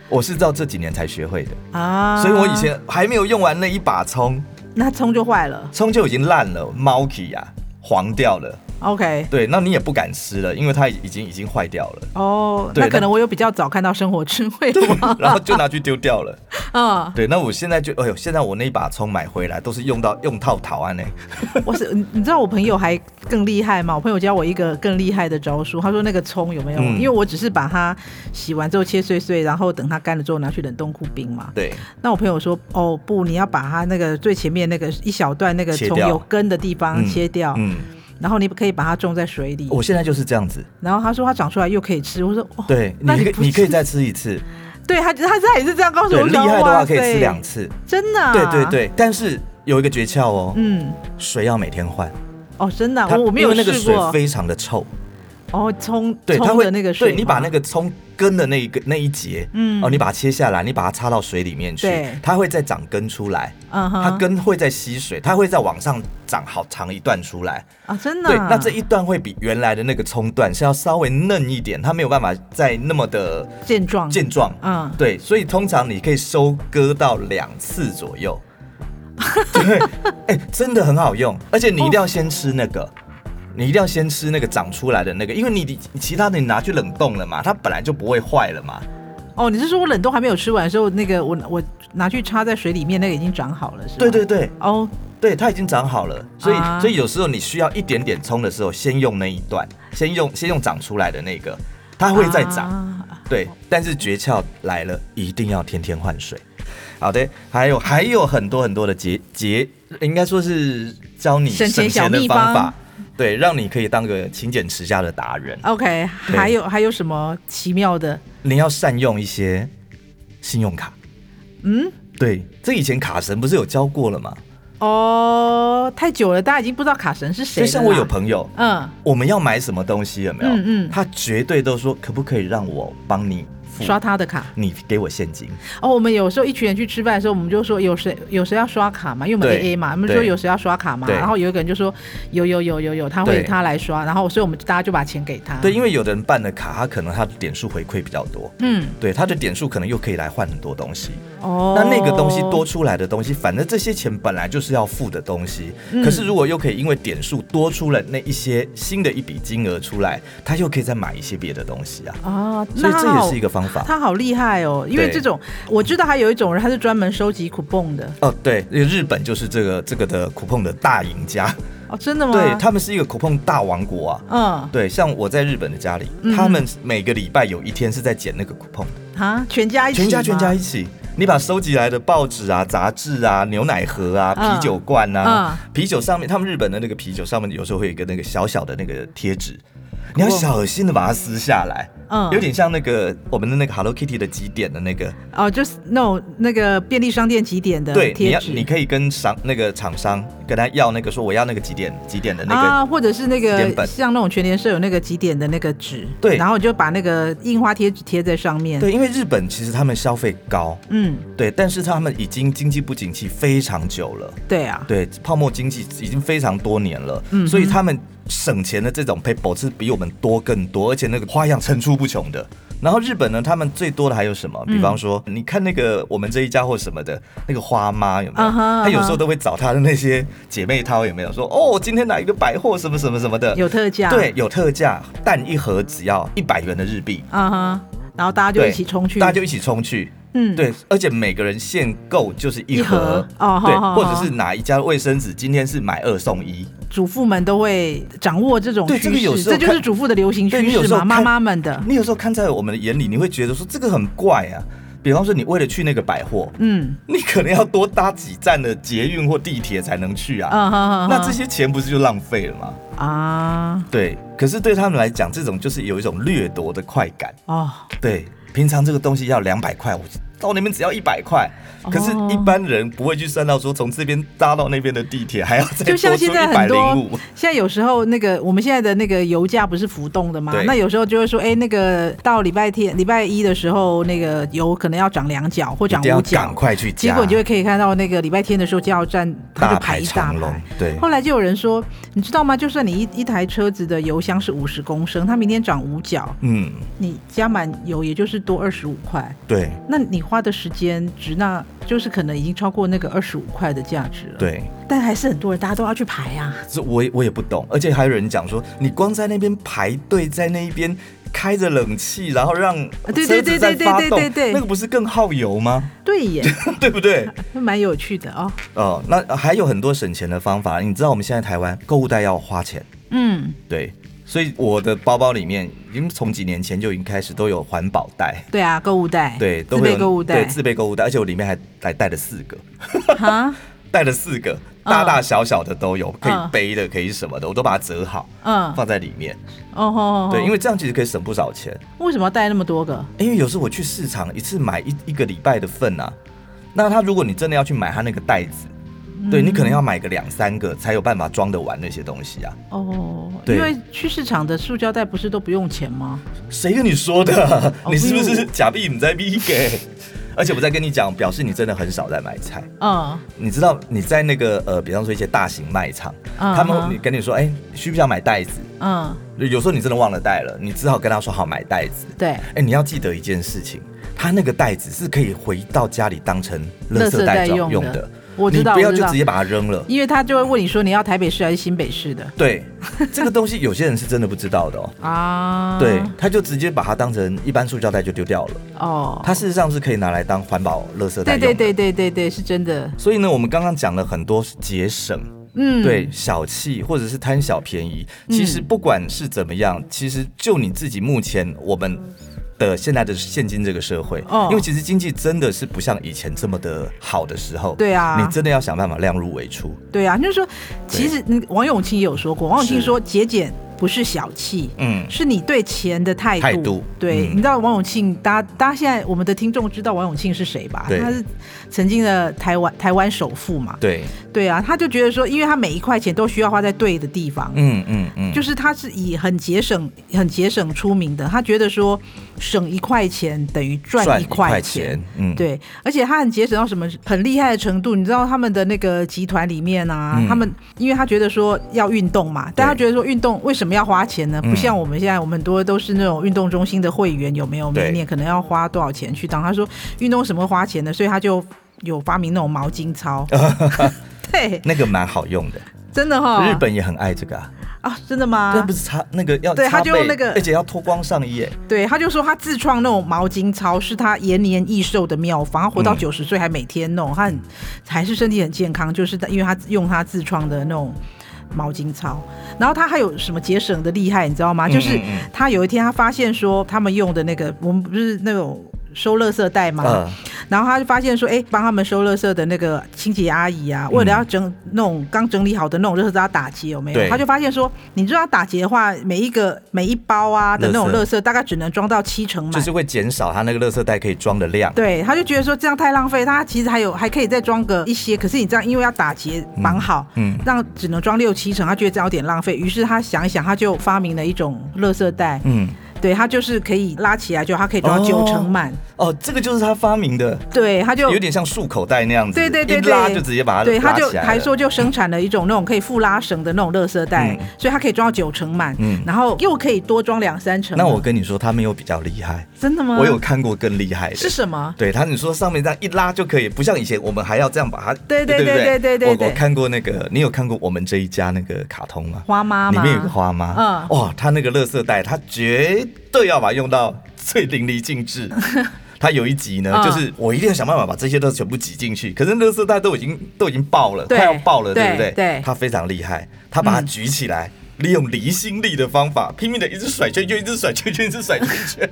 Speaker 1: 我是到这几年才学会的。
Speaker 2: 啊，
Speaker 1: 所以我以前还没有用完那一把葱，
Speaker 2: 那葱就坏了。
Speaker 1: 葱就已经烂了，猫起呀，黄掉了。
Speaker 2: OK，
Speaker 1: 对，那你也不敢吃了，因为它已经已经坏掉 了，
Speaker 2: 哦，
Speaker 1: 对
Speaker 2: 那可
Speaker 1: 那
Speaker 2: 能我有比较早看到生活智慧吧，
Speaker 1: 然后就拿去丢掉了。
Speaker 2: 嗯，
Speaker 1: 对，那我现在就，哎呦，现在我那一把葱买回来都是用到用套桃啊案呢、
Speaker 2: 我是你你知道我朋友还更厉害吗？我朋友教我一个更厉害的招数，他说那个葱有没有？
Speaker 1: 嗯
Speaker 2: 因为我只是把它洗完之后切碎碎，然后等它干了之后拿去冷冻库冰嘛。
Speaker 1: 对，
Speaker 2: 那我朋友说，哦不，你要把它那个最前面那个一小段那个
Speaker 1: 切
Speaker 2: 从
Speaker 1: 掉
Speaker 2: 有根的地方
Speaker 1: 嗯
Speaker 2: 切掉，
Speaker 1: 嗯，
Speaker 2: 然后你可以把它种在水里。
Speaker 1: 我现在就是这样子。
Speaker 2: 然后他说他长出来又可以吃，我说哦，
Speaker 1: 对，你
Speaker 2: 那你
Speaker 1: 可以
Speaker 2: 不
Speaker 1: 你可以
Speaker 2: 吃
Speaker 1: 再吃一次，
Speaker 2: 对他他他也是这样告诉我，
Speaker 1: 对，
Speaker 2: 我
Speaker 1: 厉
Speaker 2: 想
Speaker 1: 害的话可以
Speaker 2: 哇
Speaker 1: 吃
Speaker 2: 塞
Speaker 1: 两次。
Speaker 2: 真的、啊，
Speaker 1: 对对，对，但是有一个诀窍哦，
Speaker 2: 嗯，
Speaker 1: 水要每天换。
Speaker 2: 哦真的啊、我我没有
Speaker 1: 因为那个
Speaker 2: 试
Speaker 1: 水
Speaker 2: 过，
Speaker 1: 非常的臭，
Speaker 2: 哦，葱
Speaker 1: 对，它
Speaker 2: 葱
Speaker 1: 会
Speaker 2: 的那个水
Speaker 1: 对
Speaker 2: 吗，
Speaker 1: 你把那个葱根的那一个那一节，
Speaker 2: 嗯
Speaker 1: 哦，你把它切下来，你把它插到水里面去
Speaker 2: 对，
Speaker 1: 它会再长根出来，
Speaker 2: 嗯哼，
Speaker 1: 它根会再吸水，它会再往上长好长一段出来。
Speaker 2: 啊，真的啊，
Speaker 1: 对，那这一段会比原来的那个葱段是要稍微嫩一点，它没有办法再那么的
Speaker 2: 健壮
Speaker 1: 健壮。
Speaker 2: 嗯
Speaker 1: 对，所以通常你可以收割到两次左右。对，哎、真的很好用，而且你一定要先吃那个。你一定要先吃那个长出来的那个，因为你你你其他的你拿去冷冻了嘛，它本来就不会坏了嘛。
Speaker 2: 哦，你是说我冷冻还没有吃完的时候，那个我我拿去插在水里面，那个已经长好了，是吗？
Speaker 1: 对对对
Speaker 2: 哦，
Speaker 1: 对，它已经长好了，所以、
Speaker 2: 啊
Speaker 1: 所以有时候你需要一点点葱的时候，先用那一段，先用先用长出来的那个，它会再长。
Speaker 2: 啊
Speaker 1: 对，但是诀窍来了，一定要天天换水。好的，还有还有很多很多的节节，应该说是教你
Speaker 2: 省
Speaker 1: 省
Speaker 2: 钱小
Speaker 1: 钱的
Speaker 2: 秘
Speaker 1: 方
Speaker 2: 方
Speaker 1: 法，对，让你可以当个勤俭持家的达人。
Speaker 2: OK，
Speaker 1: 对
Speaker 2: 还有还有什么奇妙的？
Speaker 1: 你要善用一些信用卡，
Speaker 2: 嗯，
Speaker 1: 对，这以前卡神不是有教过了吗？
Speaker 2: 哦，太久了，大家已经不知道卡神是谁
Speaker 1: 就
Speaker 2: 了。
Speaker 1: 像我有，朋友，
Speaker 2: 嗯，
Speaker 1: 我们要买什么东西有没有？
Speaker 2: 嗯嗯
Speaker 1: 他绝对都说可不可以让我帮你付，
Speaker 2: 刷他的卡。
Speaker 1: 你给我现金。
Speaker 2: 哦，我们有时候一群人去吃饭的时候，我们就说有谁有谁要刷卡嘛，因为我们
Speaker 1: 对
Speaker 2: A A 嘛，我们
Speaker 1: 对
Speaker 2: 说有谁要刷卡嘛，
Speaker 1: 对
Speaker 2: 然后有一个人就说有有有有有，他会
Speaker 1: 对
Speaker 2: 他来刷，然后所以我们大家就把钱给他。
Speaker 1: 对，，因为有的人办的卡，他可能他的点数回馈比较多，
Speaker 2: 嗯，
Speaker 1: 对，他的点数可能又可以来换很多东西。
Speaker 2: 哦，
Speaker 1: 那那个东西多出来的东西，反正这些钱本来就是要付的东西。
Speaker 2: 嗯
Speaker 1: 可是如果又可以因为点数多出了那一些新的一笔金额出来，他又可以再买一些别的东西啊。
Speaker 2: 啊，
Speaker 1: 所以
Speaker 2: 那
Speaker 1: 这
Speaker 2: 好
Speaker 1: 也是一个方法。
Speaker 2: 他好厉害哦，因为
Speaker 1: 对
Speaker 2: 这种我知道还有一种人，他是专门收集 coupon 的
Speaker 1: 哦，对，日本就是这个这个的 coupon 的大赢家，
Speaker 2: 哦，真的吗？
Speaker 1: 对他们是一个 coupon 大王国啊。
Speaker 2: 嗯
Speaker 1: 对，像我在日本的家里，
Speaker 2: 嗯
Speaker 1: 他们每个礼拜有一天是在捡那个 coupon 的。
Speaker 2: 啊，全家一起吗，
Speaker 1: 全家全家一起，你把收集来的报纸啊、杂志啊、牛奶盒啊、
Speaker 2: 嗯
Speaker 1: 啤酒罐啊、
Speaker 2: 嗯
Speaker 1: 啤酒上面，他们日本的那个啤酒上面有时候会有一个那个小小的那个贴纸，你要小心的把它撕下来，
Speaker 2: 嗯
Speaker 1: 有点像那个我们的那个 Hello Kitty 的几点的那个，
Speaker 2: 哦，就是那种那个便利商店几点的
Speaker 1: 对，你
Speaker 2: 嗯贴
Speaker 1: 要
Speaker 2: 纸，
Speaker 1: 你可以跟商那个厂商跟他要那个说我要那个几点几点的那个。
Speaker 2: 啊，或者是那
Speaker 1: 点
Speaker 2: 个
Speaker 1: 本
Speaker 2: 像那种全联社有那个几点的那个纸，
Speaker 1: 对
Speaker 2: 然后你就把那个印花贴纸贴在上面，，
Speaker 1: 对，因为日本其实他们消费高，
Speaker 2: 嗯，
Speaker 1: 对，但是他们已经经济不景气非常久了。
Speaker 2: 对啊，
Speaker 1: 对，泡沫经济已经非常多年了，
Speaker 2: 嗯哼
Speaker 1: 所以他们省钱的这种 paper 是比我们多更多，而且那个花样层出不穷的。然后日本呢，他们最多的还有什
Speaker 2: 嗯
Speaker 1: 么？比方说，你看那个我们这一家或什么的那个花妈有没有？
Speaker 2: 啊哈啊哈
Speaker 1: 她有时候都会找她的那些姐妹淘有没有说哦，今天哪一个百货什么什么什么的，
Speaker 2: 有特价，
Speaker 1: 对，，有特价，蛋一盒只要一百元的日币，
Speaker 2: 啊哈，然后大家就
Speaker 1: 对
Speaker 2: 一起冲去，
Speaker 1: 大家就一起冲去。
Speaker 2: 嗯，
Speaker 1: 对，而且每个人限购就是一
Speaker 2: 一盒
Speaker 1: 盒，
Speaker 2: 哦
Speaker 1: 对，
Speaker 2: 好好
Speaker 1: 或
Speaker 2: 好
Speaker 1: 者是哪一家卫生纸今天是买二送一，
Speaker 2: 主妇们都会掌握这种
Speaker 1: 对这个
Speaker 2: 趋
Speaker 1: 有
Speaker 2: 势，
Speaker 1: 时候
Speaker 2: 这就是
Speaker 1: 看
Speaker 2: 主妇的流行
Speaker 1: 对
Speaker 2: 趋
Speaker 1: 你有
Speaker 2: 势
Speaker 1: 时候
Speaker 2: 嘛，妈
Speaker 1: 看
Speaker 2: 妈们的，
Speaker 1: 你有时候看在我们的眼里，你会觉得说这个很怪啊。比方说，你为了去那个百货，
Speaker 2: 嗯，
Speaker 1: 你可能要多搭几站的捷运或地铁才能去啊。
Speaker 2: 啊哈哈，
Speaker 1: 那这些钱不是就浪费了吗？
Speaker 2: 啊，
Speaker 1: 对，可是对他们来讲，这种就是有一种掠夺的快感。
Speaker 2: 哦，
Speaker 1: 对，平常这个东西要两百块，我到那边只要一百块。可是
Speaker 2: 哦，
Speaker 1: 一般人不会去算到说，从这边搭到那边的地铁还要再
Speaker 2: 就
Speaker 1: 多
Speaker 2: 像
Speaker 1: 出
Speaker 2: 现
Speaker 1: 一
Speaker 2: 在
Speaker 1: 百
Speaker 2: 很多
Speaker 1: 零五。
Speaker 2: 现在有时候那个我们现在的那个油价不是浮动的吗
Speaker 1: 对？
Speaker 2: 那有时候就会说，哎、那个到礼拜天、礼拜一的时候，那个油可能要涨两角或涨
Speaker 1: 一定要
Speaker 2: 五
Speaker 1: 赶
Speaker 2: 角，
Speaker 1: 快去加，
Speaker 2: 结果你就会可以看到那个礼拜天的时候，加油站它
Speaker 1: 大
Speaker 2: 就排
Speaker 1: 排
Speaker 2: 一大
Speaker 1: 长龙
Speaker 2: 排。。
Speaker 1: 对，
Speaker 2: 后来就有人说，你知道吗？就算你一一台车子的油箱是五十公升，它明天涨五角，
Speaker 1: 嗯，
Speaker 2: 你加满油也就是多二十五块，
Speaker 1: 对
Speaker 2: 那你花的时间值那就是可能已经超过那个二十五块的价值了。，
Speaker 1: 对。
Speaker 2: 但还是很多人大家都要去排啊呀、
Speaker 1: 这我也我也不懂，而且还有人讲说，你光在那边排队，在那一边开着冷气，然后让
Speaker 2: 啊对
Speaker 1: 车
Speaker 2: 对
Speaker 1: 子
Speaker 2: 对
Speaker 1: 在
Speaker 2: 对
Speaker 1: 发
Speaker 2: 对
Speaker 1: 动
Speaker 2: 对对，
Speaker 1: 那个不是更耗油吗？
Speaker 2: 对耶。
Speaker 1: 对不对？
Speaker 2: 蛮有趣的哦。
Speaker 1: 哦，那还有很多省钱的方法。你知道我们现在台湾购物袋要花钱，
Speaker 2: 嗯，
Speaker 1: 对，所以我的包包里面已经从几年前就已经开始都有环保袋。
Speaker 2: 对啊，购物袋，
Speaker 1: 对，都
Speaker 2: 自
Speaker 1: 会
Speaker 2: 备
Speaker 1: 有
Speaker 2: 购物袋
Speaker 1: 对，自备购物袋，而且我里面还还带了四个，
Speaker 2: 哈，
Speaker 1: 带了四个，大大小小的都有，可
Speaker 2: 嗯
Speaker 1: 以背的，可以什么的，我都把它折好
Speaker 2: 嗯，
Speaker 1: 放在里面。
Speaker 2: 哦吼吼，吼
Speaker 1: 对，因为这样其实可以省不少钱。
Speaker 2: 为什么要带那么多个？
Speaker 1: 因为有时候我去市场一次买一一个礼拜的份啊，那他如果你真的要去买他那个袋子，对你可
Speaker 2: 嗯
Speaker 1: 能要买个两三个才有办法装得完那些东西啊。
Speaker 2: 哦，
Speaker 1: 对
Speaker 2: 因为去市场的塑胶袋不是都不用钱吗？
Speaker 1: 谁跟你说的？
Speaker 2: 哦
Speaker 1: 你是不
Speaker 2: 不
Speaker 1: 是
Speaker 2: 用
Speaker 1: 假币？你在逼给？而且我在跟你讲，表示你真的很少在买菜。
Speaker 2: 嗯，
Speaker 1: 你知道你在那个呃，比方说一些大型卖场，
Speaker 2: 嗯
Speaker 1: 他们
Speaker 2: 嗯
Speaker 1: 你跟你说，哎、需不需要买袋子？
Speaker 2: 嗯，
Speaker 1: 有时候你真的忘了带了，你只好跟他说好买袋子。
Speaker 2: 对，
Speaker 1: 哎、你要记得一件事情，他那个袋子是可以回到家里当成垃
Speaker 2: 垃
Speaker 1: 圾
Speaker 2: 圾
Speaker 1: 袋
Speaker 2: 袋
Speaker 1: 用
Speaker 2: 用
Speaker 1: 的
Speaker 2: 的，我知
Speaker 1: 你
Speaker 2: 道，
Speaker 1: 不要
Speaker 2: 我知
Speaker 1: 就
Speaker 2: 道
Speaker 1: 直，接把它扔 了。
Speaker 2: 因为他就会问你说你要台北市还是新北市的
Speaker 1: 对，这个东西有些人是真的不知道的哦。
Speaker 2: 啊？
Speaker 1: 对，他就直接把它当成一般塑胶袋就丢掉了。
Speaker 2: 哦，
Speaker 1: 它事实上是可以拿来当环保垃圾袋
Speaker 2: 对
Speaker 1: 用的。
Speaker 2: 对对对对对，是真的，
Speaker 1: 所以呢，我们刚刚讲了很多节省，
Speaker 2: 嗯，
Speaker 1: 对小气或者是贪小便宜，
Speaker 2: 嗯
Speaker 1: 其实不管是怎么样，其实就你自己目前我们。的现在的现今这个社会，
Speaker 2: 哦
Speaker 1: 因为其实经济真的是不像以前这么的好的时候，
Speaker 2: 对啊
Speaker 1: 你真的要想办法量入为出，
Speaker 2: 对啊，就是说，其实嗯王永庆也有说过，王永庆
Speaker 1: 是
Speaker 2: 说节俭不是小气。
Speaker 1: 嗯，
Speaker 2: 是你对钱的态度，
Speaker 1: 态度
Speaker 2: 对，
Speaker 1: 嗯
Speaker 2: 你知道王永庆，大家大家现在我们的听众知道王永庆是谁吧？
Speaker 1: 对
Speaker 2: 他是曾经的台湾台湾首富嘛，
Speaker 1: 对，
Speaker 2: 对啊，他就觉得说，因为他每一块钱都需要花在对的地方，
Speaker 1: 嗯嗯嗯，
Speaker 2: 就是他是以很节省、很节省出名的，他觉得说省一块钱等于赚
Speaker 1: 赚
Speaker 2: 一
Speaker 1: 一
Speaker 2: 块
Speaker 1: 块
Speaker 2: 钱，
Speaker 1: 钱，嗯，
Speaker 2: 对，而且他很节省到什么很厉害的程度，你知道他们的那个集团里面啊，
Speaker 1: 嗯
Speaker 2: 他们因为他觉得说要运动嘛，但他觉得说运动为什么要花钱呢？
Speaker 1: 嗯
Speaker 2: 不像我们现在，我们很多都是那种运动中心的会员，有没有？
Speaker 1: 对
Speaker 2: 每年可能要花多少钱去当？他说运动什么花钱的，所以他就有发明那种毛巾 操。 对，
Speaker 1: 那个蛮好用的，
Speaker 2: 真的哈、
Speaker 1: 日本也很爱这个、啊，
Speaker 2: 哦啊，真的吗？
Speaker 1: 那、不是擦那个要
Speaker 2: 对
Speaker 1: 擦
Speaker 2: 他就用
Speaker 1: 背
Speaker 2: 那个
Speaker 1: 而且要脱光上衣，哎
Speaker 2: 对，他就说他自创那种毛巾操是他延年益寿的妙方，他活到
Speaker 1: 嗯
Speaker 2: 九十岁还每天弄，他很还是身体很健康，就是因为他用他自创的那种毛巾操。然后他还有什么节省的厉害，你知道吗？
Speaker 1: 嗯
Speaker 2: 就是
Speaker 1: 嗯嗯
Speaker 2: 他有一天他发现说他们用的那个，我们不是那种。收垃圾袋嘛，
Speaker 1: 嗯
Speaker 2: 然后他就发现说，哎、帮他们收垃圾的那个清洁阿姨
Speaker 1: 嗯
Speaker 2: 啊，为了要整那种刚整理好的那种垃圾袋打结，有没
Speaker 1: 对
Speaker 2: 有？他就发现说，你知道打结的话，每一个每一包啊的那种
Speaker 1: 垃圾
Speaker 2: 垃圾大概只能装到七成满。
Speaker 1: 就是会减少它那个垃圾袋可以装的量，
Speaker 2: 对，他就觉得说这样太浪费，他其实还有还可以再装个一些，可是你这样因为要打结绑好，
Speaker 1: 嗯
Speaker 2: 让只能装六七成，他觉得这样有点浪费。于是他想一想，他就发明了一种垃圾袋，
Speaker 1: 嗯，
Speaker 2: 对，它就是可以拉起来，就它可以装到九成满，
Speaker 1: 哦，这个就是他发明的，
Speaker 2: 对，他就
Speaker 1: 有点像束口袋那样子，
Speaker 2: 对对对
Speaker 1: 一
Speaker 2: 对，
Speaker 1: 拉就直接把它
Speaker 2: 对，他
Speaker 1: 拉
Speaker 2: 就
Speaker 1: 起来了
Speaker 2: 还说就生产了一种那种可以复拉绳的那种垃圾袋，
Speaker 1: 嗯
Speaker 2: 所以它可以装到九成满，
Speaker 1: 嗯
Speaker 2: 然后又可以多装两三成。
Speaker 1: 那我跟你说，他们有比较厉害，
Speaker 2: 真的吗？
Speaker 1: 我有看过更厉害的。
Speaker 2: 嗯是什么？
Speaker 1: 对他，你说上面这样一拉就可以，不像以前我们还要这样把它。
Speaker 2: 对
Speaker 1: 对
Speaker 2: 对
Speaker 1: 不
Speaker 2: 对对对对
Speaker 1: 我
Speaker 2: 对
Speaker 1: 我看过那个，你有看过我们这一家那个卡通吗？
Speaker 2: 花妈
Speaker 1: 里
Speaker 2: 吗？
Speaker 1: 面有个花妈，
Speaker 2: 嗯
Speaker 1: 哇，她那个垃圾袋，她绝对要把它用到最淋漓尽致。 她有一集呢，
Speaker 2: 嗯
Speaker 1: 就是我一定要想办法把这些都全部挤进去，可是垃圾袋都已经都已经爆了，
Speaker 2: 对
Speaker 1: 快要爆了，
Speaker 2: 对
Speaker 1: 不对？
Speaker 2: 对
Speaker 1: 她非常厉害，她把它
Speaker 2: 嗯
Speaker 1: 举起来，利用离心力的方法，拼命的一直甩圈圈，一直甩圈圈，一直甩圈 圈。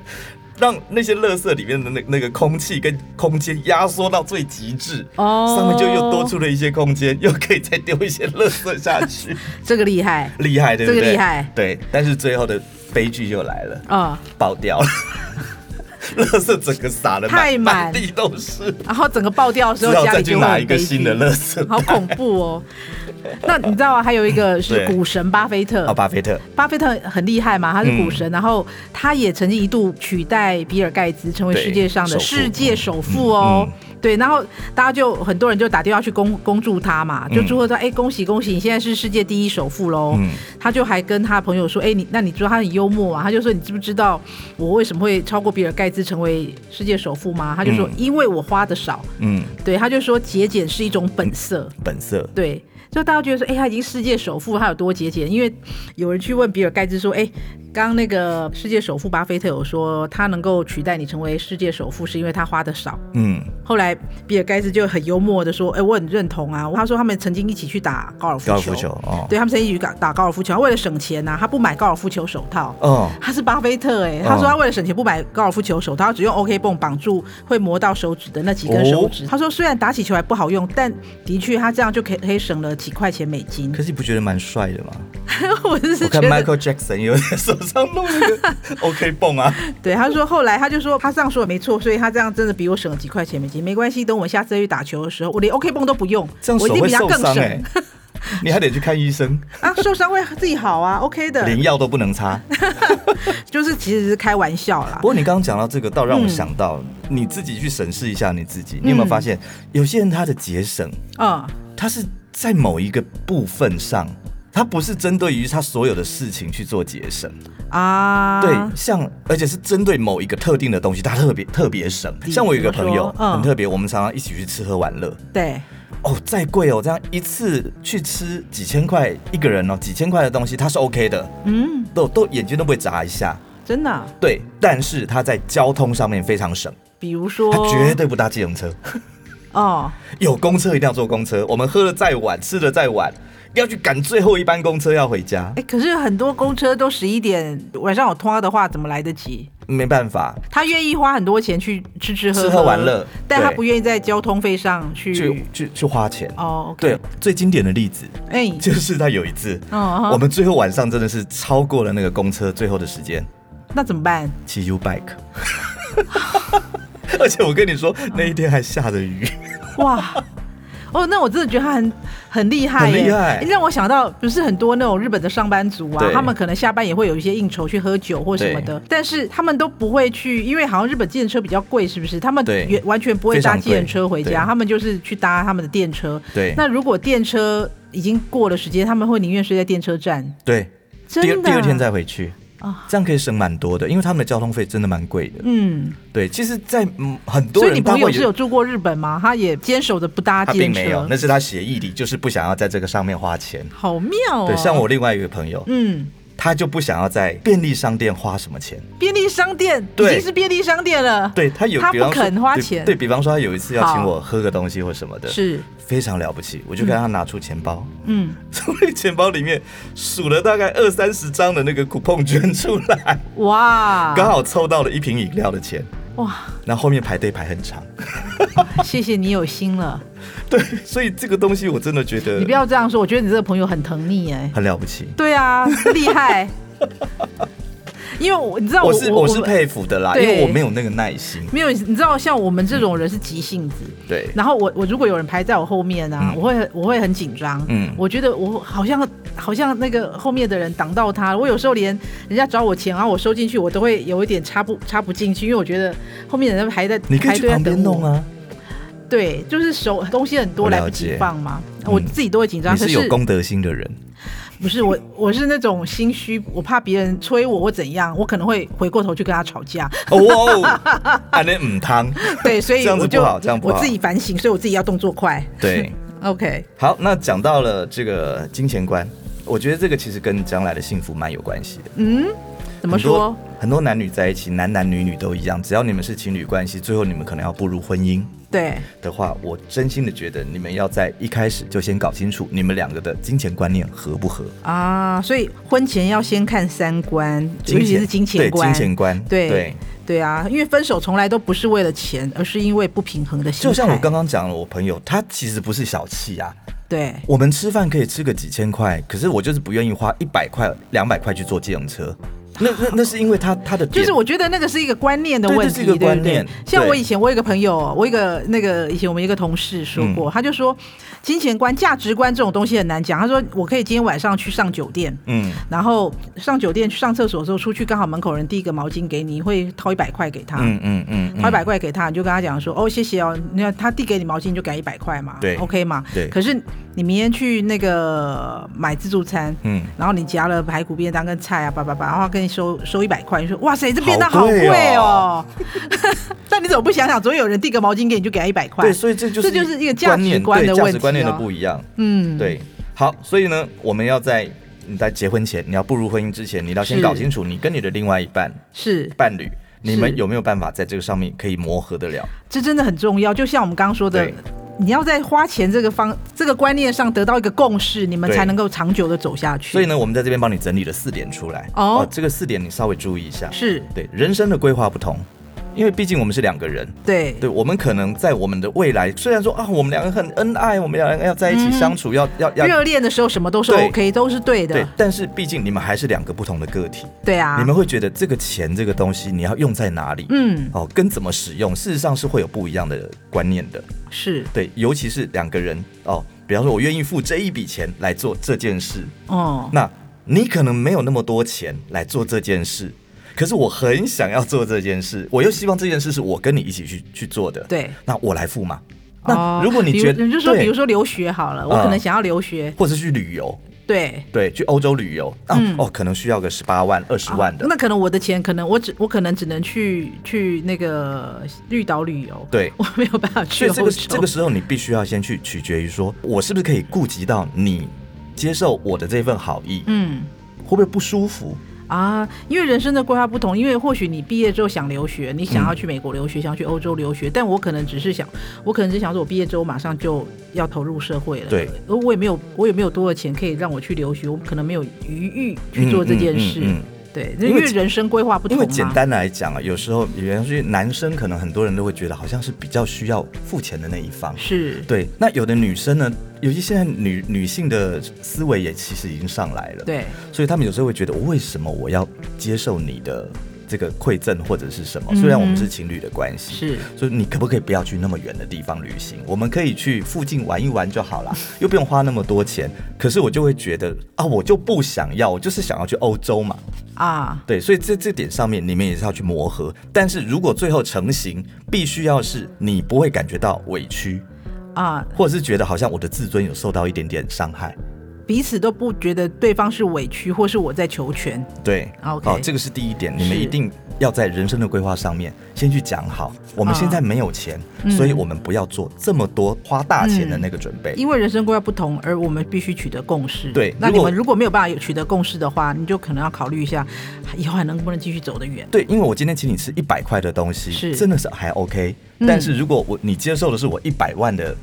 Speaker 1: 让那些垃圾里面的那那个空气跟空间压缩到最极致，
Speaker 2: 哦
Speaker 1: 上面就又多出了一些空间，又可以再丢一些垃圾下去。
Speaker 2: 这个厉害
Speaker 1: 厉害，对不对？
Speaker 2: 这个厉害
Speaker 1: 对，但是最后的悲剧就来了，
Speaker 2: 啊、
Speaker 1: 爆掉了， 垃圾整个撒了，
Speaker 2: 太满
Speaker 1: 满地都是，
Speaker 2: 然后整个爆掉的时
Speaker 1: 只
Speaker 2: 候，
Speaker 1: 好
Speaker 2: 家
Speaker 1: 再
Speaker 2: 里
Speaker 1: 去
Speaker 2: 就会
Speaker 1: 拿
Speaker 2: 很
Speaker 1: 一个
Speaker 2: 悲剧
Speaker 1: 新的垃圾
Speaker 2: 好恐怖哦。那你知道、啊、还有一个是
Speaker 1: 对
Speaker 2: 股神巴菲特
Speaker 1: 啊，，巴菲特，
Speaker 2: 巴菲特很厉害嘛，他是股
Speaker 1: 嗯
Speaker 2: 神，然后他也曾经一度取代比尔盖茨成为
Speaker 1: 对嗯
Speaker 2: 世界上的
Speaker 1: 首富
Speaker 2: 世界首富哦。对，然后大家就很多人就打电话去恭恭祝他嘛，就祝贺他，哎、恭喜恭喜，你现在是世界第一首富喽。
Speaker 1: 嗯
Speaker 2: 他就还跟他朋友说，哎、你那你知道他很幽默啊，他就说你知不知道我为什么会超过比尔盖茨成为世界首富吗？他就说、
Speaker 1: 嗯
Speaker 2: 因为我花的少，
Speaker 1: 嗯，
Speaker 2: 对，他就说节俭是一种本色。
Speaker 1: 本色，
Speaker 2: 对，就大家觉得说，哎、他已经世界首富，他有多节俭？因为有人去问比尔盖茨说，哎、刚刚那个世界首富巴菲特有说，他能够取代你成为世界首富，是因为他花的少。
Speaker 1: 嗯，
Speaker 2: 后来比尔盖茨就很幽默的说，哎、我很认同啊。他说他们曾经一起去打高尔夫球，
Speaker 1: 高尔夫球，哦，
Speaker 2: 对他们曾经一起打打高尔夫球，他为了省钱呐、啊，他不买高尔夫球手套。
Speaker 1: 哦，
Speaker 2: 他是巴菲特哎、
Speaker 1: 哦
Speaker 2: 他说他为了省钱不买高尔夫球手套，他只用 OK 绷绑住会磨到手指的那几根手指。
Speaker 1: 哦
Speaker 2: 他说虽然打起球来不好用，但的确他这样就可以可以省了几块钱美金
Speaker 1: 可。是你不觉得蛮帅的吗？
Speaker 2: 我就是
Speaker 1: 我看
Speaker 2: 觉得
Speaker 1: Michael Jackson 有的时候手上弄那 个 OK 泵啊，
Speaker 2: 对，他说后来他就说他这样说也没错，所以他这样真的比我省了几块钱美金，没关系，等我下次再去打球的时候，我连 OK 泵都不用，
Speaker 1: 这样
Speaker 2: 我
Speaker 1: 手
Speaker 2: 一定
Speaker 1: 会
Speaker 2: 比他
Speaker 1: 受
Speaker 2: 更
Speaker 1: 伤
Speaker 2: 省、
Speaker 1: 哎、你还得去看医生，
Speaker 2: 啊，受伤会自己好啊，OK 的，
Speaker 1: 连药都不能擦。
Speaker 2: 就是其实是开玩笑啦
Speaker 1: 不。过你刚刚讲到这个，倒让我想到、
Speaker 2: 嗯
Speaker 1: 你自己去审视一下你自己，你有没有发现、有些人他的节省，
Speaker 2: 嗯，
Speaker 1: 他是在某一个部分上，他不是针对于他所有的事情去做节省。
Speaker 2: 啊，
Speaker 1: 对，像而且是针对某一个特定的东西，他特别特别省。
Speaker 2: 比
Speaker 1: 像我有一个朋友
Speaker 2: 怎么说嗯
Speaker 1: 很特别，我们常常一起去吃喝玩乐。
Speaker 2: 对，
Speaker 1: 哦，再贵哦，这样一次去吃几千块一个人哦，几千块的东西他是 OK 的，
Speaker 2: 嗯，
Speaker 1: 都都眼睛都不会眨一下。
Speaker 2: 真的啊、
Speaker 1: 对，但是他在交通上面非常省，
Speaker 2: 比如说，
Speaker 1: 他绝对不搭计程车，
Speaker 2: 哦，
Speaker 1: 有公车一定要坐公车。我们喝的再晚，吃的再晚，要去赶最后一班公车要回家，
Speaker 2: 哎，可是很多公车都十一点，晚上有拖的话，怎么来得及？
Speaker 1: 没办法，
Speaker 2: 他愿意花很多钱去吃吃喝
Speaker 1: 吃喝玩乐
Speaker 2: 但他
Speaker 1: 对
Speaker 2: 不愿意在交通费上去。
Speaker 1: 去去去花钱。
Speaker 2: 嗯哦，OK，
Speaker 1: 对，最经典的例子
Speaker 2: 哎，
Speaker 1: 就是他有一次，
Speaker 2: 嗯哼
Speaker 1: 我们最后晚上真的是超过了那个公车最后的时间，
Speaker 2: 那怎么办？
Speaker 1: 骑 U bike。而且我跟你说，那一天还下着雨，
Speaker 2: 哇！哦，那我真的觉得他很很厉害
Speaker 1: 很
Speaker 2: 耶，
Speaker 1: 厉害
Speaker 2: 让我想到不是很多那种日本的上班族啊
Speaker 1: 对，
Speaker 2: 他们可能下班也会有一些应酬去喝酒或什么的，但是他们都不会去，因为好像日本电车比较贵，是不是？他们
Speaker 1: 对
Speaker 2: 原完全不会搭
Speaker 1: 非常贵
Speaker 2: 电车回家，
Speaker 1: 对
Speaker 2: 他们就是去搭他们的电车。
Speaker 1: 对
Speaker 2: 那如果电车已经过了时间，他们会宁愿睡在电车站，
Speaker 1: 对，
Speaker 2: 真
Speaker 1: 第
Speaker 2: 的
Speaker 1: 二
Speaker 2: 啊。
Speaker 1: 第二天再回去
Speaker 2: 啊。
Speaker 1: 这样可以省蛮多的，因为他们的交通费真的蛮贵的。
Speaker 2: 嗯，
Speaker 1: 对，其实在，嗯很多
Speaker 2: 所以
Speaker 1: 人
Speaker 2: 你
Speaker 1: 他
Speaker 2: 朋
Speaker 1: 会
Speaker 2: 友是有住过日本吗？他也坚守着不搭
Speaker 1: 他
Speaker 2: 电
Speaker 1: 并没有，
Speaker 2: 车
Speaker 1: 那，是他协议里就是不想要在这个上面花钱。
Speaker 2: 好妙哦。
Speaker 1: 对，像我，另外一个朋友，
Speaker 2: 嗯，
Speaker 1: 他就不想要在便利商店花什么钱。
Speaker 2: 便利商店已
Speaker 1: 对
Speaker 2: 经是便利商店了，
Speaker 1: 对他有，
Speaker 2: 他
Speaker 1: 比方
Speaker 2: 不
Speaker 1: 说
Speaker 2: 肯花
Speaker 1: 对
Speaker 2: 钱
Speaker 1: 对比方说，他有一次要请
Speaker 2: 好
Speaker 1: 我喝个东西或什么的，
Speaker 2: 是，
Speaker 1: 非常了不起，我就看他拿出钱包，
Speaker 2: 嗯，
Speaker 1: 从、那钱包里面数了大概二三十张的那个 coupon 捐出 来，
Speaker 2: 哇，
Speaker 1: 刚好凑到了一瓶饮料的钱。
Speaker 2: 哇，
Speaker 1: 然后后面排队排很长，
Speaker 2: 谢谢你有心了，
Speaker 1: 对，所以这个东西我真的觉得
Speaker 2: 你不要这样说，我觉得你这个朋友很疼你哎，
Speaker 1: 很了不起。
Speaker 2: 对啊，厉 害，因为我你知道
Speaker 1: 我
Speaker 2: 我
Speaker 1: 是我是佩服的啦，因
Speaker 2: 对
Speaker 1: 为我没有那个耐心。
Speaker 2: 没有，你知道像我们这种人是急性子。
Speaker 1: 对，
Speaker 2: 然后我我如果有人排在我后面啊，
Speaker 1: 嗯
Speaker 2: 我会我会很紧张，
Speaker 1: 嗯
Speaker 2: 我觉得我好像好像那个后面的人挡到他，我有时候连人家找我钱，然后我收进去，我都会有一点插不插不进去，因为我觉得后面的人排在
Speaker 1: 你可
Speaker 2: 排
Speaker 1: 以去
Speaker 2: 队在
Speaker 1: 旁
Speaker 2: 等
Speaker 1: 边
Speaker 2: 我
Speaker 1: 弄啊，
Speaker 2: 对，就是手东西很多
Speaker 1: 我了
Speaker 2: 来不及
Speaker 1: 解
Speaker 2: 放嘛，
Speaker 1: 嗯
Speaker 2: 我自己都会紧张。
Speaker 1: 你
Speaker 2: 可
Speaker 1: 是有公德心的人。
Speaker 2: 不是我，我是那种心虚，我怕别人催我或怎样，我可能会回过头去跟他吵架。
Speaker 1: 哦 哇，安那母汤，
Speaker 2: 对，所 以
Speaker 1: 这样子
Speaker 2: 我就
Speaker 1: 不好这样不好
Speaker 2: 我自己反省，所以我自己要动作快。
Speaker 1: 对。
Speaker 2: OK，
Speaker 1: 好，那讲到了这个金钱观，我觉得这个其实跟将来的幸福蛮有关系的。
Speaker 2: 嗯，怎么
Speaker 1: 很多
Speaker 2: 说？
Speaker 1: 很多男女在一起，男男女女都一样，只要你们是情侣关系，最后你们可能要步入婚姻
Speaker 2: 对，
Speaker 1: 的话，我真心的觉得你们要在一开始就先搞清楚你们两个的金钱观念合不合。
Speaker 2: 啊，所以婚前要先看三观，尤其是金钱观。
Speaker 1: 对金钱观，
Speaker 2: 对对啊，因为分手从来都不是为了钱，而是因为不平衡的心态。
Speaker 1: 就像我刚刚讲了，我朋友他其实不是小气啊，
Speaker 2: 对
Speaker 1: 我们吃饭可以吃个几千块，可是我就是不愿意花一百块、两百块去坐计程车。那那那是因为他他的
Speaker 2: 就
Speaker 1: 点
Speaker 2: 是我觉得那个是一个观念的
Speaker 1: 对
Speaker 2: 问
Speaker 1: 这
Speaker 2: 题，
Speaker 1: 是一个
Speaker 2: 对不
Speaker 1: 观
Speaker 2: 对
Speaker 1: 念？
Speaker 2: 像
Speaker 1: 对
Speaker 2: 我以前，我有一个朋友，我一个那个以前我们一个同事说过，他就说金钱观、价值观这种东西很难讲。他说我可以今天晚上去上酒店。
Speaker 1: 嗯，
Speaker 2: 然后上酒店去上厕所的时候，出去刚好门口人递一个毛巾给你，会掏一百块给他，
Speaker 1: 嗯嗯嗯
Speaker 2: 掏一
Speaker 1: 嗯，
Speaker 2: 啊百块给他，你就跟他讲说，哦，谢谢哦，你看他递给你毛巾，你就给他一百块嘛，
Speaker 1: 对
Speaker 2: ，OK 嘛，
Speaker 1: 对
Speaker 2: 可是你明天去那个买自助餐，
Speaker 1: 嗯，
Speaker 2: 然后你夹了排骨便当跟菜啊，叭叭叭，然后跟你收收一百块，你说哇塞，这便当
Speaker 1: 好
Speaker 2: 好
Speaker 1: 贵
Speaker 2: 贵
Speaker 1: 哦
Speaker 2: 哦。 但你怎么不想想，总有人递个毛巾给你，就给他一百块？
Speaker 1: 对，所以这就是
Speaker 2: 这就是一个价值
Speaker 1: 念
Speaker 2: 观
Speaker 1: 对
Speaker 2: 的
Speaker 1: 价
Speaker 2: 问
Speaker 1: 值观
Speaker 2: 题
Speaker 1: 念的
Speaker 2: 哦
Speaker 1: 不一样。
Speaker 2: 嗯，
Speaker 1: 对，好，所以呢，我们要在你在结婚前，你要步入婚姻之前，你要先
Speaker 2: 是
Speaker 1: 搞清楚你跟你的另外一半
Speaker 2: 是，
Speaker 1: 伴侣，你们
Speaker 2: 是
Speaker 1: 有没有办法在这个上面可以磨合得了？
Speaker 2: 这真的很重要。就像我们刚刚说的
Speaker 1: 对。
Speaker 2: 你要在花钱这个方这个观念上得到一个共识，你们
Speaker 1: 对
Speaker 2: 才能够长久的走下去。
Speaker 1: 所以呢，我们在这边帮你整理了四点出来。
Speaker 2: 哦
Speaker 1: 这个四点你稍微注意一下。
Speaker 2: 是
Speaker 1: 对人生的规划不同，因为毕竟我们是两个人，
Speaker 2: 对
Speaker 1: 对我们可能在我们的未来，虽然说啊，我们两个很恩爱，我们两个要在一起相处，要要要
Speaker 2: 嗯热恋的时候什么都是
Speaker 1: 对
Speaker 2: OK，都是对的，
Speaker 1: 对，但是毕竟你们还是两个不同的个体，
Speaker 2: 对啊
Speaker 1: 你，们会觉得这个钱这个东西你要用在哪里，
Speaker 2: 嗯，
Speaker 1: 哦，跟怎么使用，事实上是会有不一样的观念的。
Speaker 2: 是
Speaker 1: 对，尤其是两个人哦，比方说我愿意付这一笔钱来做这件事，
Speaker 2: 哦，
Speaker 1: 那你可能没有那么多钱来做这件事，可是我很想要做这件事，我又希望这件事是我跟你一起去去做的，，
Speaker 2: 对。
Speaker 1: 那我来付嘛。
Speaker 2: 哦
Speaker 1: 那如果你觉
Speaker 2: 比
Speaker 1: 得，
Speaker 2: 你就说，
Speaker 1: 对
Speaker 2: 比如，说留学好了，我
Speaker 1: 啊
Speaker 2: 可能想要留学，
Speaker 1: 或者去旅游，
Speaker 2: 对，
Speaker 1: 对，去欧洲旅游啊，
Speaker 2: 嗯啊
Speaker 1: 哦，可能需要个十八万、二十万的，
Speaker 2: 那可能我的钱，可能我只我可能只能去去那个绿岛旅游，
Speaker 1: 对
Speaker 2: 我没有办法
Speaker 1: 所
Speaker 2: 去
Speaker 1: 以
Speaker 2: 欧
Speaker 1: 这
Speaker 2: 洲。
Speaker 1: 个这个时候，你必须要先去取决于说，我是不是可以顾及到你接受我的这份好意，
Speaker 2: 嗯
Speaker 1: 会不会不舒服？
Speaker 2: 啊，因为人生的规划不同，因为或许你毕业之后想留学，你想要去美国留学，想要去欧洲留学，但我可能只是想，我可能只想说，我毕业之后马上就要投入社会了，
Speaker 1: 对，
Speaker 2: 我也没有我也没有多的钱可以让我去留学，我可能没有余裕去做这件事，
Speaker 1: 嗯嗯嗯
Speaker 2: 对，
Speaker 1: 因
Speaker 2: 因
Speaker 1: 为
Speaker 2: 为人生规划不同
Speaker 1: 因
Speaker 2: 嘛，
Speaker 1: 为简单来讲啊，有时候，比方说男生，可能很多人都会觉得好像是比较需要付钱的那一方。
Speaker 2: 是，
Speaker 1: 对，那有的女生呢，尤其现在女女性的思维也其实已经上来了，，
Speaker 2: 对，
Speaker 1: 所以她们有时候会觉得，哦为什么我要接受你的这个馈赠或者是什么？
Speaker 2: 嗯
Speaker 1: 虽然我们是情侣的关系，
Speaker 2: 是，
Speaker 1: 所以你可不可以不要去那么远的地方旅行？我们可以去附近玩一玩就好啦，又不用花那么多钱。可是我就会觉得啊，我就不想要，我就是想要去欧洲嘛。
Speaker 2: 啊，
Speaker 1: 对，所以在这点上面，你们也是要去磨合。但是如果最后成型，必须要是你不会感觉到委屈，
Speaker 2: 啊，
Speaker 1: 或者是觉得好像我的自尊有受到一点点伤害。
Speaker 2: 彼此都不觉得对方是委屈，或是我在求全。
Speaker 1: 对
Speaker 2: OK
Speaker 1: 哦，这个是第一点，你们
Speaker 2: 是
Speaker 1: 一定要在人生的规划上面先去讲好。我们
Speaker 2: 啊
Speaker 1: 现在没有钱，
Speaker 2: 嗯
Speaker 1: 所以我们不要做这么多花大钱的那个准备。
Speaker 2: 因为人生规划不同，而我们必须取得共识。
Speaker 1: 对
Speaker 2: 那
Speaker 1: 如
Speaker 2: 你
Speaker 1: 果
Speaker 2: 们如果没有办法有取得共识的话，你就可能要考虑一下，以后还能不能继续走得远。
Speaker 1: 对，因为我今天请你吃一百块的东西，
Speaker 2: 是
Speaker 1: 真的是还 OK、
Speaker 2: 嗯
Speaker 1: 但是如果我你接受的是我一百万的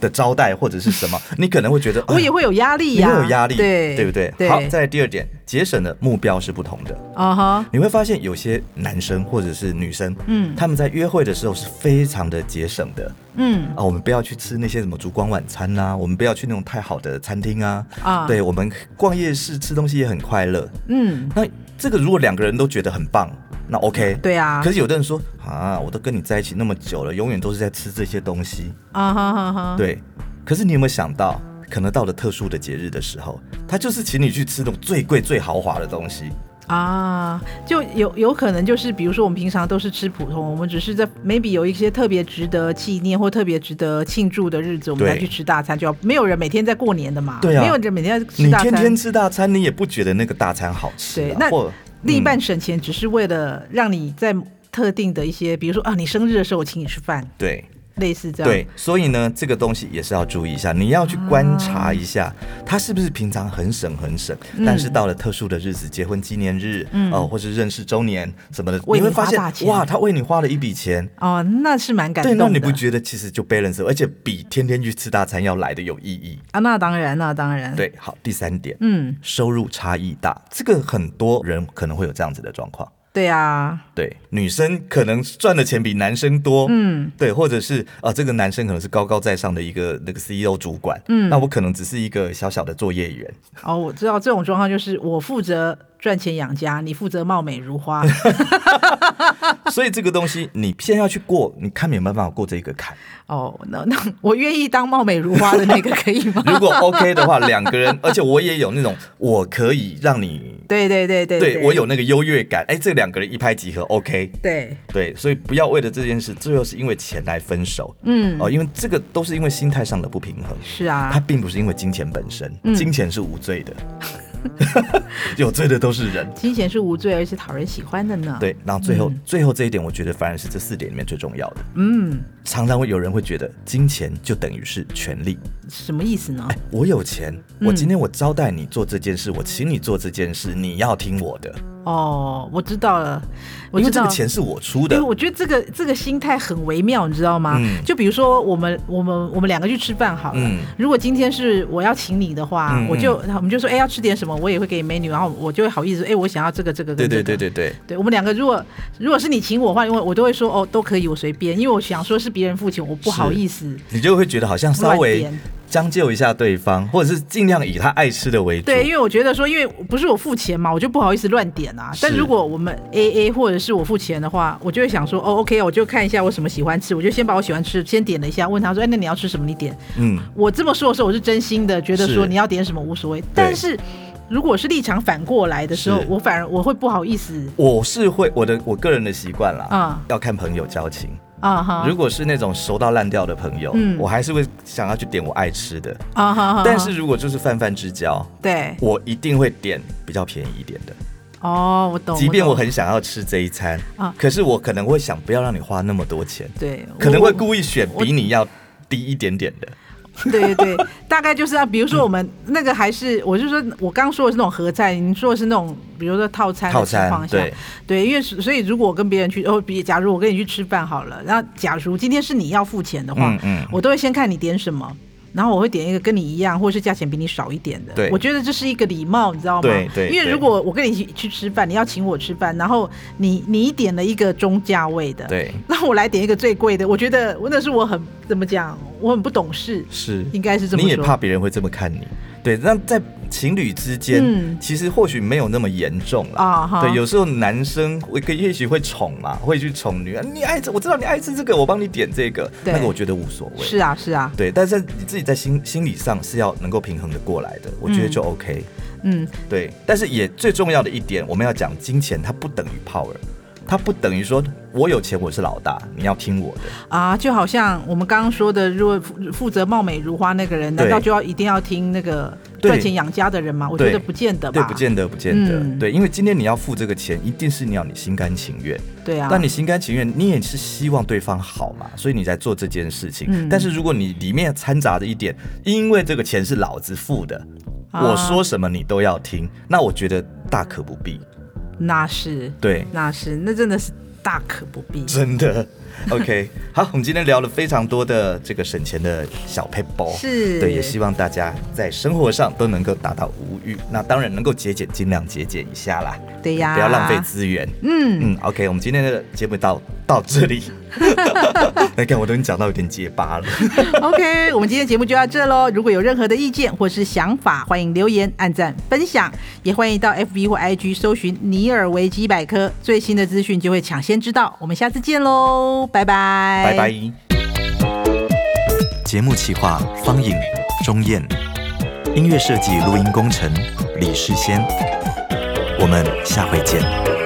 Speaker 1: 的招待或者是什 么，你可能会觉得
Speaker 2: 我
Speaker 1: 哎
Speaker 2: 也会有压力
Speaker 1: 你
Speaker 2: 呀、
Speaker 1: 会有压力，
Speaker 2: 对
Speaker 1: 对不对？
Speaker 2: 对，
Speaker 1: 好，再来第二点，节省的目标是不同的。
Speaker 2: 啊哈，
Speaker 1: 你会发现有些男生或者是女生，
Speaker 2: 嗯
Speaker 1: 他们在约会的时候是非常的节省的
Speaker 2: 嗯
Speaker 1: 啊。我们不要去吃那些什么烛光晚餐呐、我们不要去那种太好的餐厅啊。
Speaker 2: 啊，
Speaker 1: 对，我们逛夜市吃东西也很快乐。
Speaker 2: 嗯，
Speaker 1: 那这个如果两个人都觉得很棒，那 OK。
Speaker 2: 对啊
Speaker 1: 可，是有的人说啊，我都跟你在一起那么久了，永远都是在吃这些东西。
Speaker 2: 啊哈哈哈，
Speaker 1: 对，可是你有没有想到，可能到了特殊的节日的时候，他就是请你去吃那种最贵、最豪华的东西。
Speaker 2: 啊，就有有可能就是，比如说我们平常都是吃普通，我们只是在 maybe 有一些特别值得纪念或特别值得庆祝的日子，我们
Speaker 1: 对
Speaker 2: 才去吃大餐，就要没有人每天在过年的嘛，
Speaker 1: 对啊
Speaker 2: 没有人每天在吃
Speaker 1: 你
Speaker 2: 大餐，
Speaker 1: 天天吃大餐，你也不觉得那个大餐好吃、啊。
Speaker 2: 对那
Speaker 1: 或
Speaker 2: 另一半省钱只是为了让你在特定的一些，比如说啊，你生日的时候我请你吃饭，
Speaker 1: 对
Speaker 2: 类似这样，
Speaker 1: 对，所以呢，这个东西也是要注意一下，你要去观察一下，
Speaker 2: 啊
Speaker 1: 他是不是平常很省很省，但是到了特殊的日子，结婚纪念日，
Speaker 2: 嗯
Speaker 1: 哦、或是认识周年什么的，
Speaker 2: 为
Speaker 1: 你会
Speaker 2: 你花
Speaker 1: 发
Speaker 2: 大
Speaker 1: 现，
Speaker 2: 钱
Speaker 1: 哇，他为你花了一笔钱。
Speaker 2: 哦，那是蛮感
Speaker 1: 对，
Speaker 2: 动
Speaker 1: 那你
Speaker 2: 的。
Speaker 1: 不觉得其实就 balance，而且比天天去吃大餐要来的有意义？
Speaker 2: 啊？那当然，那当然，，
Speaker 1: 对，好，第三点，
Speaker 2: 嗯，
Speaker 1: 收入差异大，这个很多人可能会有这样子的状况。
Speaker 2: 对啊，
Speaker 1: 对，女生可能赚的钱比男生多，
Speaker 2: 嗯，
Speaker 1: 对，或者是啊、这个男生可能是高高在上的一个那个 CEO 主管，
Speaker 2: 嗯
Speaker 1: 那我可能只是一个小小的作业员，
Speaker 2: 哦，我知道这种状况就是我负责赚钱养家，你负责貌美 如花，
Speaker 1: 所以这个东西你现在要去过，你看你有没有办法过这个坎。
Speaker 2: 哦，那那我愿意当貌美如花的那个，可以 吗？
Speaker 1: 如果 OK 的话，两个人，而且我也有那种我可以让你。
Speaker 2: 对对对对
Speaker 1: 对我有那个优越感，哎，这两个人一拍即合，OK，
Speaker 2: 对，
Speaker 1: 对，所以不要为了这件事，最后是因为钱来分手，
Speaker 2: 嗯，
Speaker 1: 哦，因为这个都是因为心态上的不平衡，
Speaker 2: 是
Speaker 1: 它
Speaker 2: 啊，
Speaker 1: 并不是因为金钱本身，
Speaker 2: 嗯
Speaker 1: 金钱是无罪的， 有罪的都是人。
Speaker 2: 金钱是无罪，而且讨人喜欢的呢。，
Speaker 1: 对，然后最后、最后这一点，我觉得反而是这四点里面最重要的。
Speaker 2: 嗯，
Speaker 1: 常常会有人会觉得金钱就等于是权利，
Speaker 2: 什么意思呢？
Speaker 1: 哎，
Speaker 2: 嗯
Speaker 1: 我有钱，我今天我招待你做这件事，我请你做这件事，你要听我的。
Speaker 2: 哦，我知道了，我
Speaker 1: 因为
Speaker 2: 知
Speaker 1: 这
Speaker 2: 道
Speaker 1: 个钱是我出
Speaker 2: 对，
Speaker 1: 的，
Speaker 2: 我觉得这个这个心态很微妙，你知道吗？
Speaker 1: 嗯
Speaker 2: 就比如说我们我们我们两个去吃饭好了，
Speaker 1: 嗯
Speaker 2: 如果今天是我要请你的话，
Speaker 1: 嗯嗯
Speaker 2: 我就我们就说哎要吃点什么，我也会给你 menu，然后我就会好意思说哎我想要这个这个
Speaker 1: 对
Speaker 2: 跟这
Speaker 1: 对
Speaker 2: 个。
Speaker 1: 对对对，
Speaker 2: 对我们两个如果如果是你请我的话，因为我都会说哦都可以，我随便，因为我想说是别人付钱，我不好意思。
Speaker 1: 你就会觉得好像稍微
Speaker 2: 乱点
Speaker 1: 将就一下对方，或者是尽量以他爱吃的为主。
Speaker 2: 对，因为我觉得说，因为不是我付钱嘛，我就不好意思乱点啊。但
Speaker 1: 是
Speaker 2: 如果我们 A A 或者是我付钱的话，我就会想说，哦，OK，我就看一下我什么喜欢吃，我就先把我喜欢吃的先点了一下，问他说，哎，那你要吃什么？你点。
Speaker 1: 嗯，
Speaker 2: 我这么说的时候，我是真心的觉得说
Speaker 1: 是
Speaker 2: 你要点什么无所谓。但是如果是立场反过来的时候
Speaker 1: 是，
Speaker 2: 我反而我会不好意思
Speaker 1: 我是会我的我个人的习惯啦，
Speaker 2: 啊
Speaker 1: 要看朋友交情。
Speaker 2: 啊哈
Speaker 1: 如果是那种熟到烂掉的朋友，
Speaker 2: 嗯
Speaker 1: 我还是会想要去点我爱吃的。
Speaker 2: 啊哈哈。
Speaker 1: 但是如果就是泛泛之交，
Speaker 2: 对
Speaker 1: 我一定会点比较便宜一点的，
Speaker 2: 哦，我懂。
Speaker 1: 即便我
Speaker 2: 懂
Speaker 1: 很想要吃这一餐
Speaker 2: 啊，
Speaker 1: 可是我可能会想不要让你花那么多钱，
Speaker 2: 对，
Speaker 1: 可能
Speaker 2: 我
Speaker 1: 会故意选比你要低一点点的。
Speaker 2: 对对对，大概就是要，比如说我们那个还是，我就说我刚说的是那种合菜，你说的是那种，比如说套餐的
Speaker 1: 套
Speaker 2: 情
Speaker 1: 餐
Speaker 2: 况下，
Speaker 1: 对，
Speaker 2: 对因为所以如果我跟别人去，哦，比假如我跟你去吃饭好了，然后假如今天是你要付钱的话，
Speaker 1: 嗯嗯，
Speaker 2: 我都会先看你点什么。然后我会点一个跟你一样，或者是价钱比你少一点的。
Speaker 1: 对
Speaker 2: 我觉得这是一个礼貌，你知道吗？
Speaker 1: 对对
Speaker 2: 因为
Speaker 1: 对
Speaker 2: 如果我跟你一起去吃饭，你要请我吃饭，然后你你点了一个中价位的，，
Speaker 1: 对，
Speaker 2: 那我来点一个最贵的，我觉得那是我很怎么讲，我很不懂事。
Speaker 1: 是。
Speaker 2: 应该是这么
Speaker 1: 你
Speaker 2: 说。
Speaker 1: 也怕别人会这么看你，对。那在情侣之间，
Speaker 2: 嗯
Speaker 1: 其实或许没有那么严重啦。
Speaker 2: 啊哈？
Speaker 1: 对，有时候男生会可也许会宠嘛，会去宠女，啊你爱吃，我知道你爱吃这个，我帮你点这个，
Speaker 2: 对
Speaker 1: 那个我觉得无所谓。
Speaker 2: 是啊是啊，
Speaker 1: 对，但是你自己在心心理上是要能够平衡的过来的，我觉得就 OK、
Speaker 2: 嗯，
Speaker 1: 对，但是也最重要的一点，我们要讲金钱，它不等于 power，它不等于说我有钱我是老大，你要听我的。
Speaker 2: 啊，就好像我们刚刚说的，如果负负责貌美如花那个人，
Speaker 1: 对
Speaker 2: 难道就要一定要听那个
Speaker 1: 对
Speaker 2: 赚钱养家的人吗？我觉得
Speaker 1: 对
Speaker 2: 不见得吧，
Speaker 1: 对，不见得，不见得。
Speaker 2: 嗯
Speaker 1: 对，因为今天你要付这个钱，一定是你要你心甘情愿。
Speaker 2: 对啊。
Speaker 1: 但你心甘情愿，你也是希望对方好嘛，所以你在做这件事情。
Speaker 2: 嗯
Speaker 1: 但是如果你里面掺杂着一点，因为这个钱是老子付的，
Speaker 2: 啊
Speaker 1: 我说什么你都要听，那我觉得大可不必。
Speaker 2: 那是
Speaker 1: 对，
Speaker 2: 那是，那真的是大可不必。
Speaker 1: 真的。OK，好，我们今天聊了非常多的这个省钱的小 p a p e
Speaker 2: 是
Speaker 1: 对，也希望大家在生活上都能够达到无欲。那当然能够节俭，尽量节俭一下啦，
Speaker 2: 对哎呀，
Speaker 1: 不要浪费。资源。
Speaker 2: 嗯，
Speaker 1: 嗯，OK，我们今天的节目到到这里。那看我都已经讲到有点结巴了。
Speaker 2: OK，我们今天节目就到这喽。如果有任何的意见或是想法，欢迎留言、按赞、分享，也欢迎到 FB 或 IG 搜寻“尼尔维基百科”，最新的资讯就会抢先知道。我们下次见喽，拜拜，
Speaker 1: 拜拜。节目企划：方颖、钟燕，音乐设计、录音工程：李世先。我们下回见。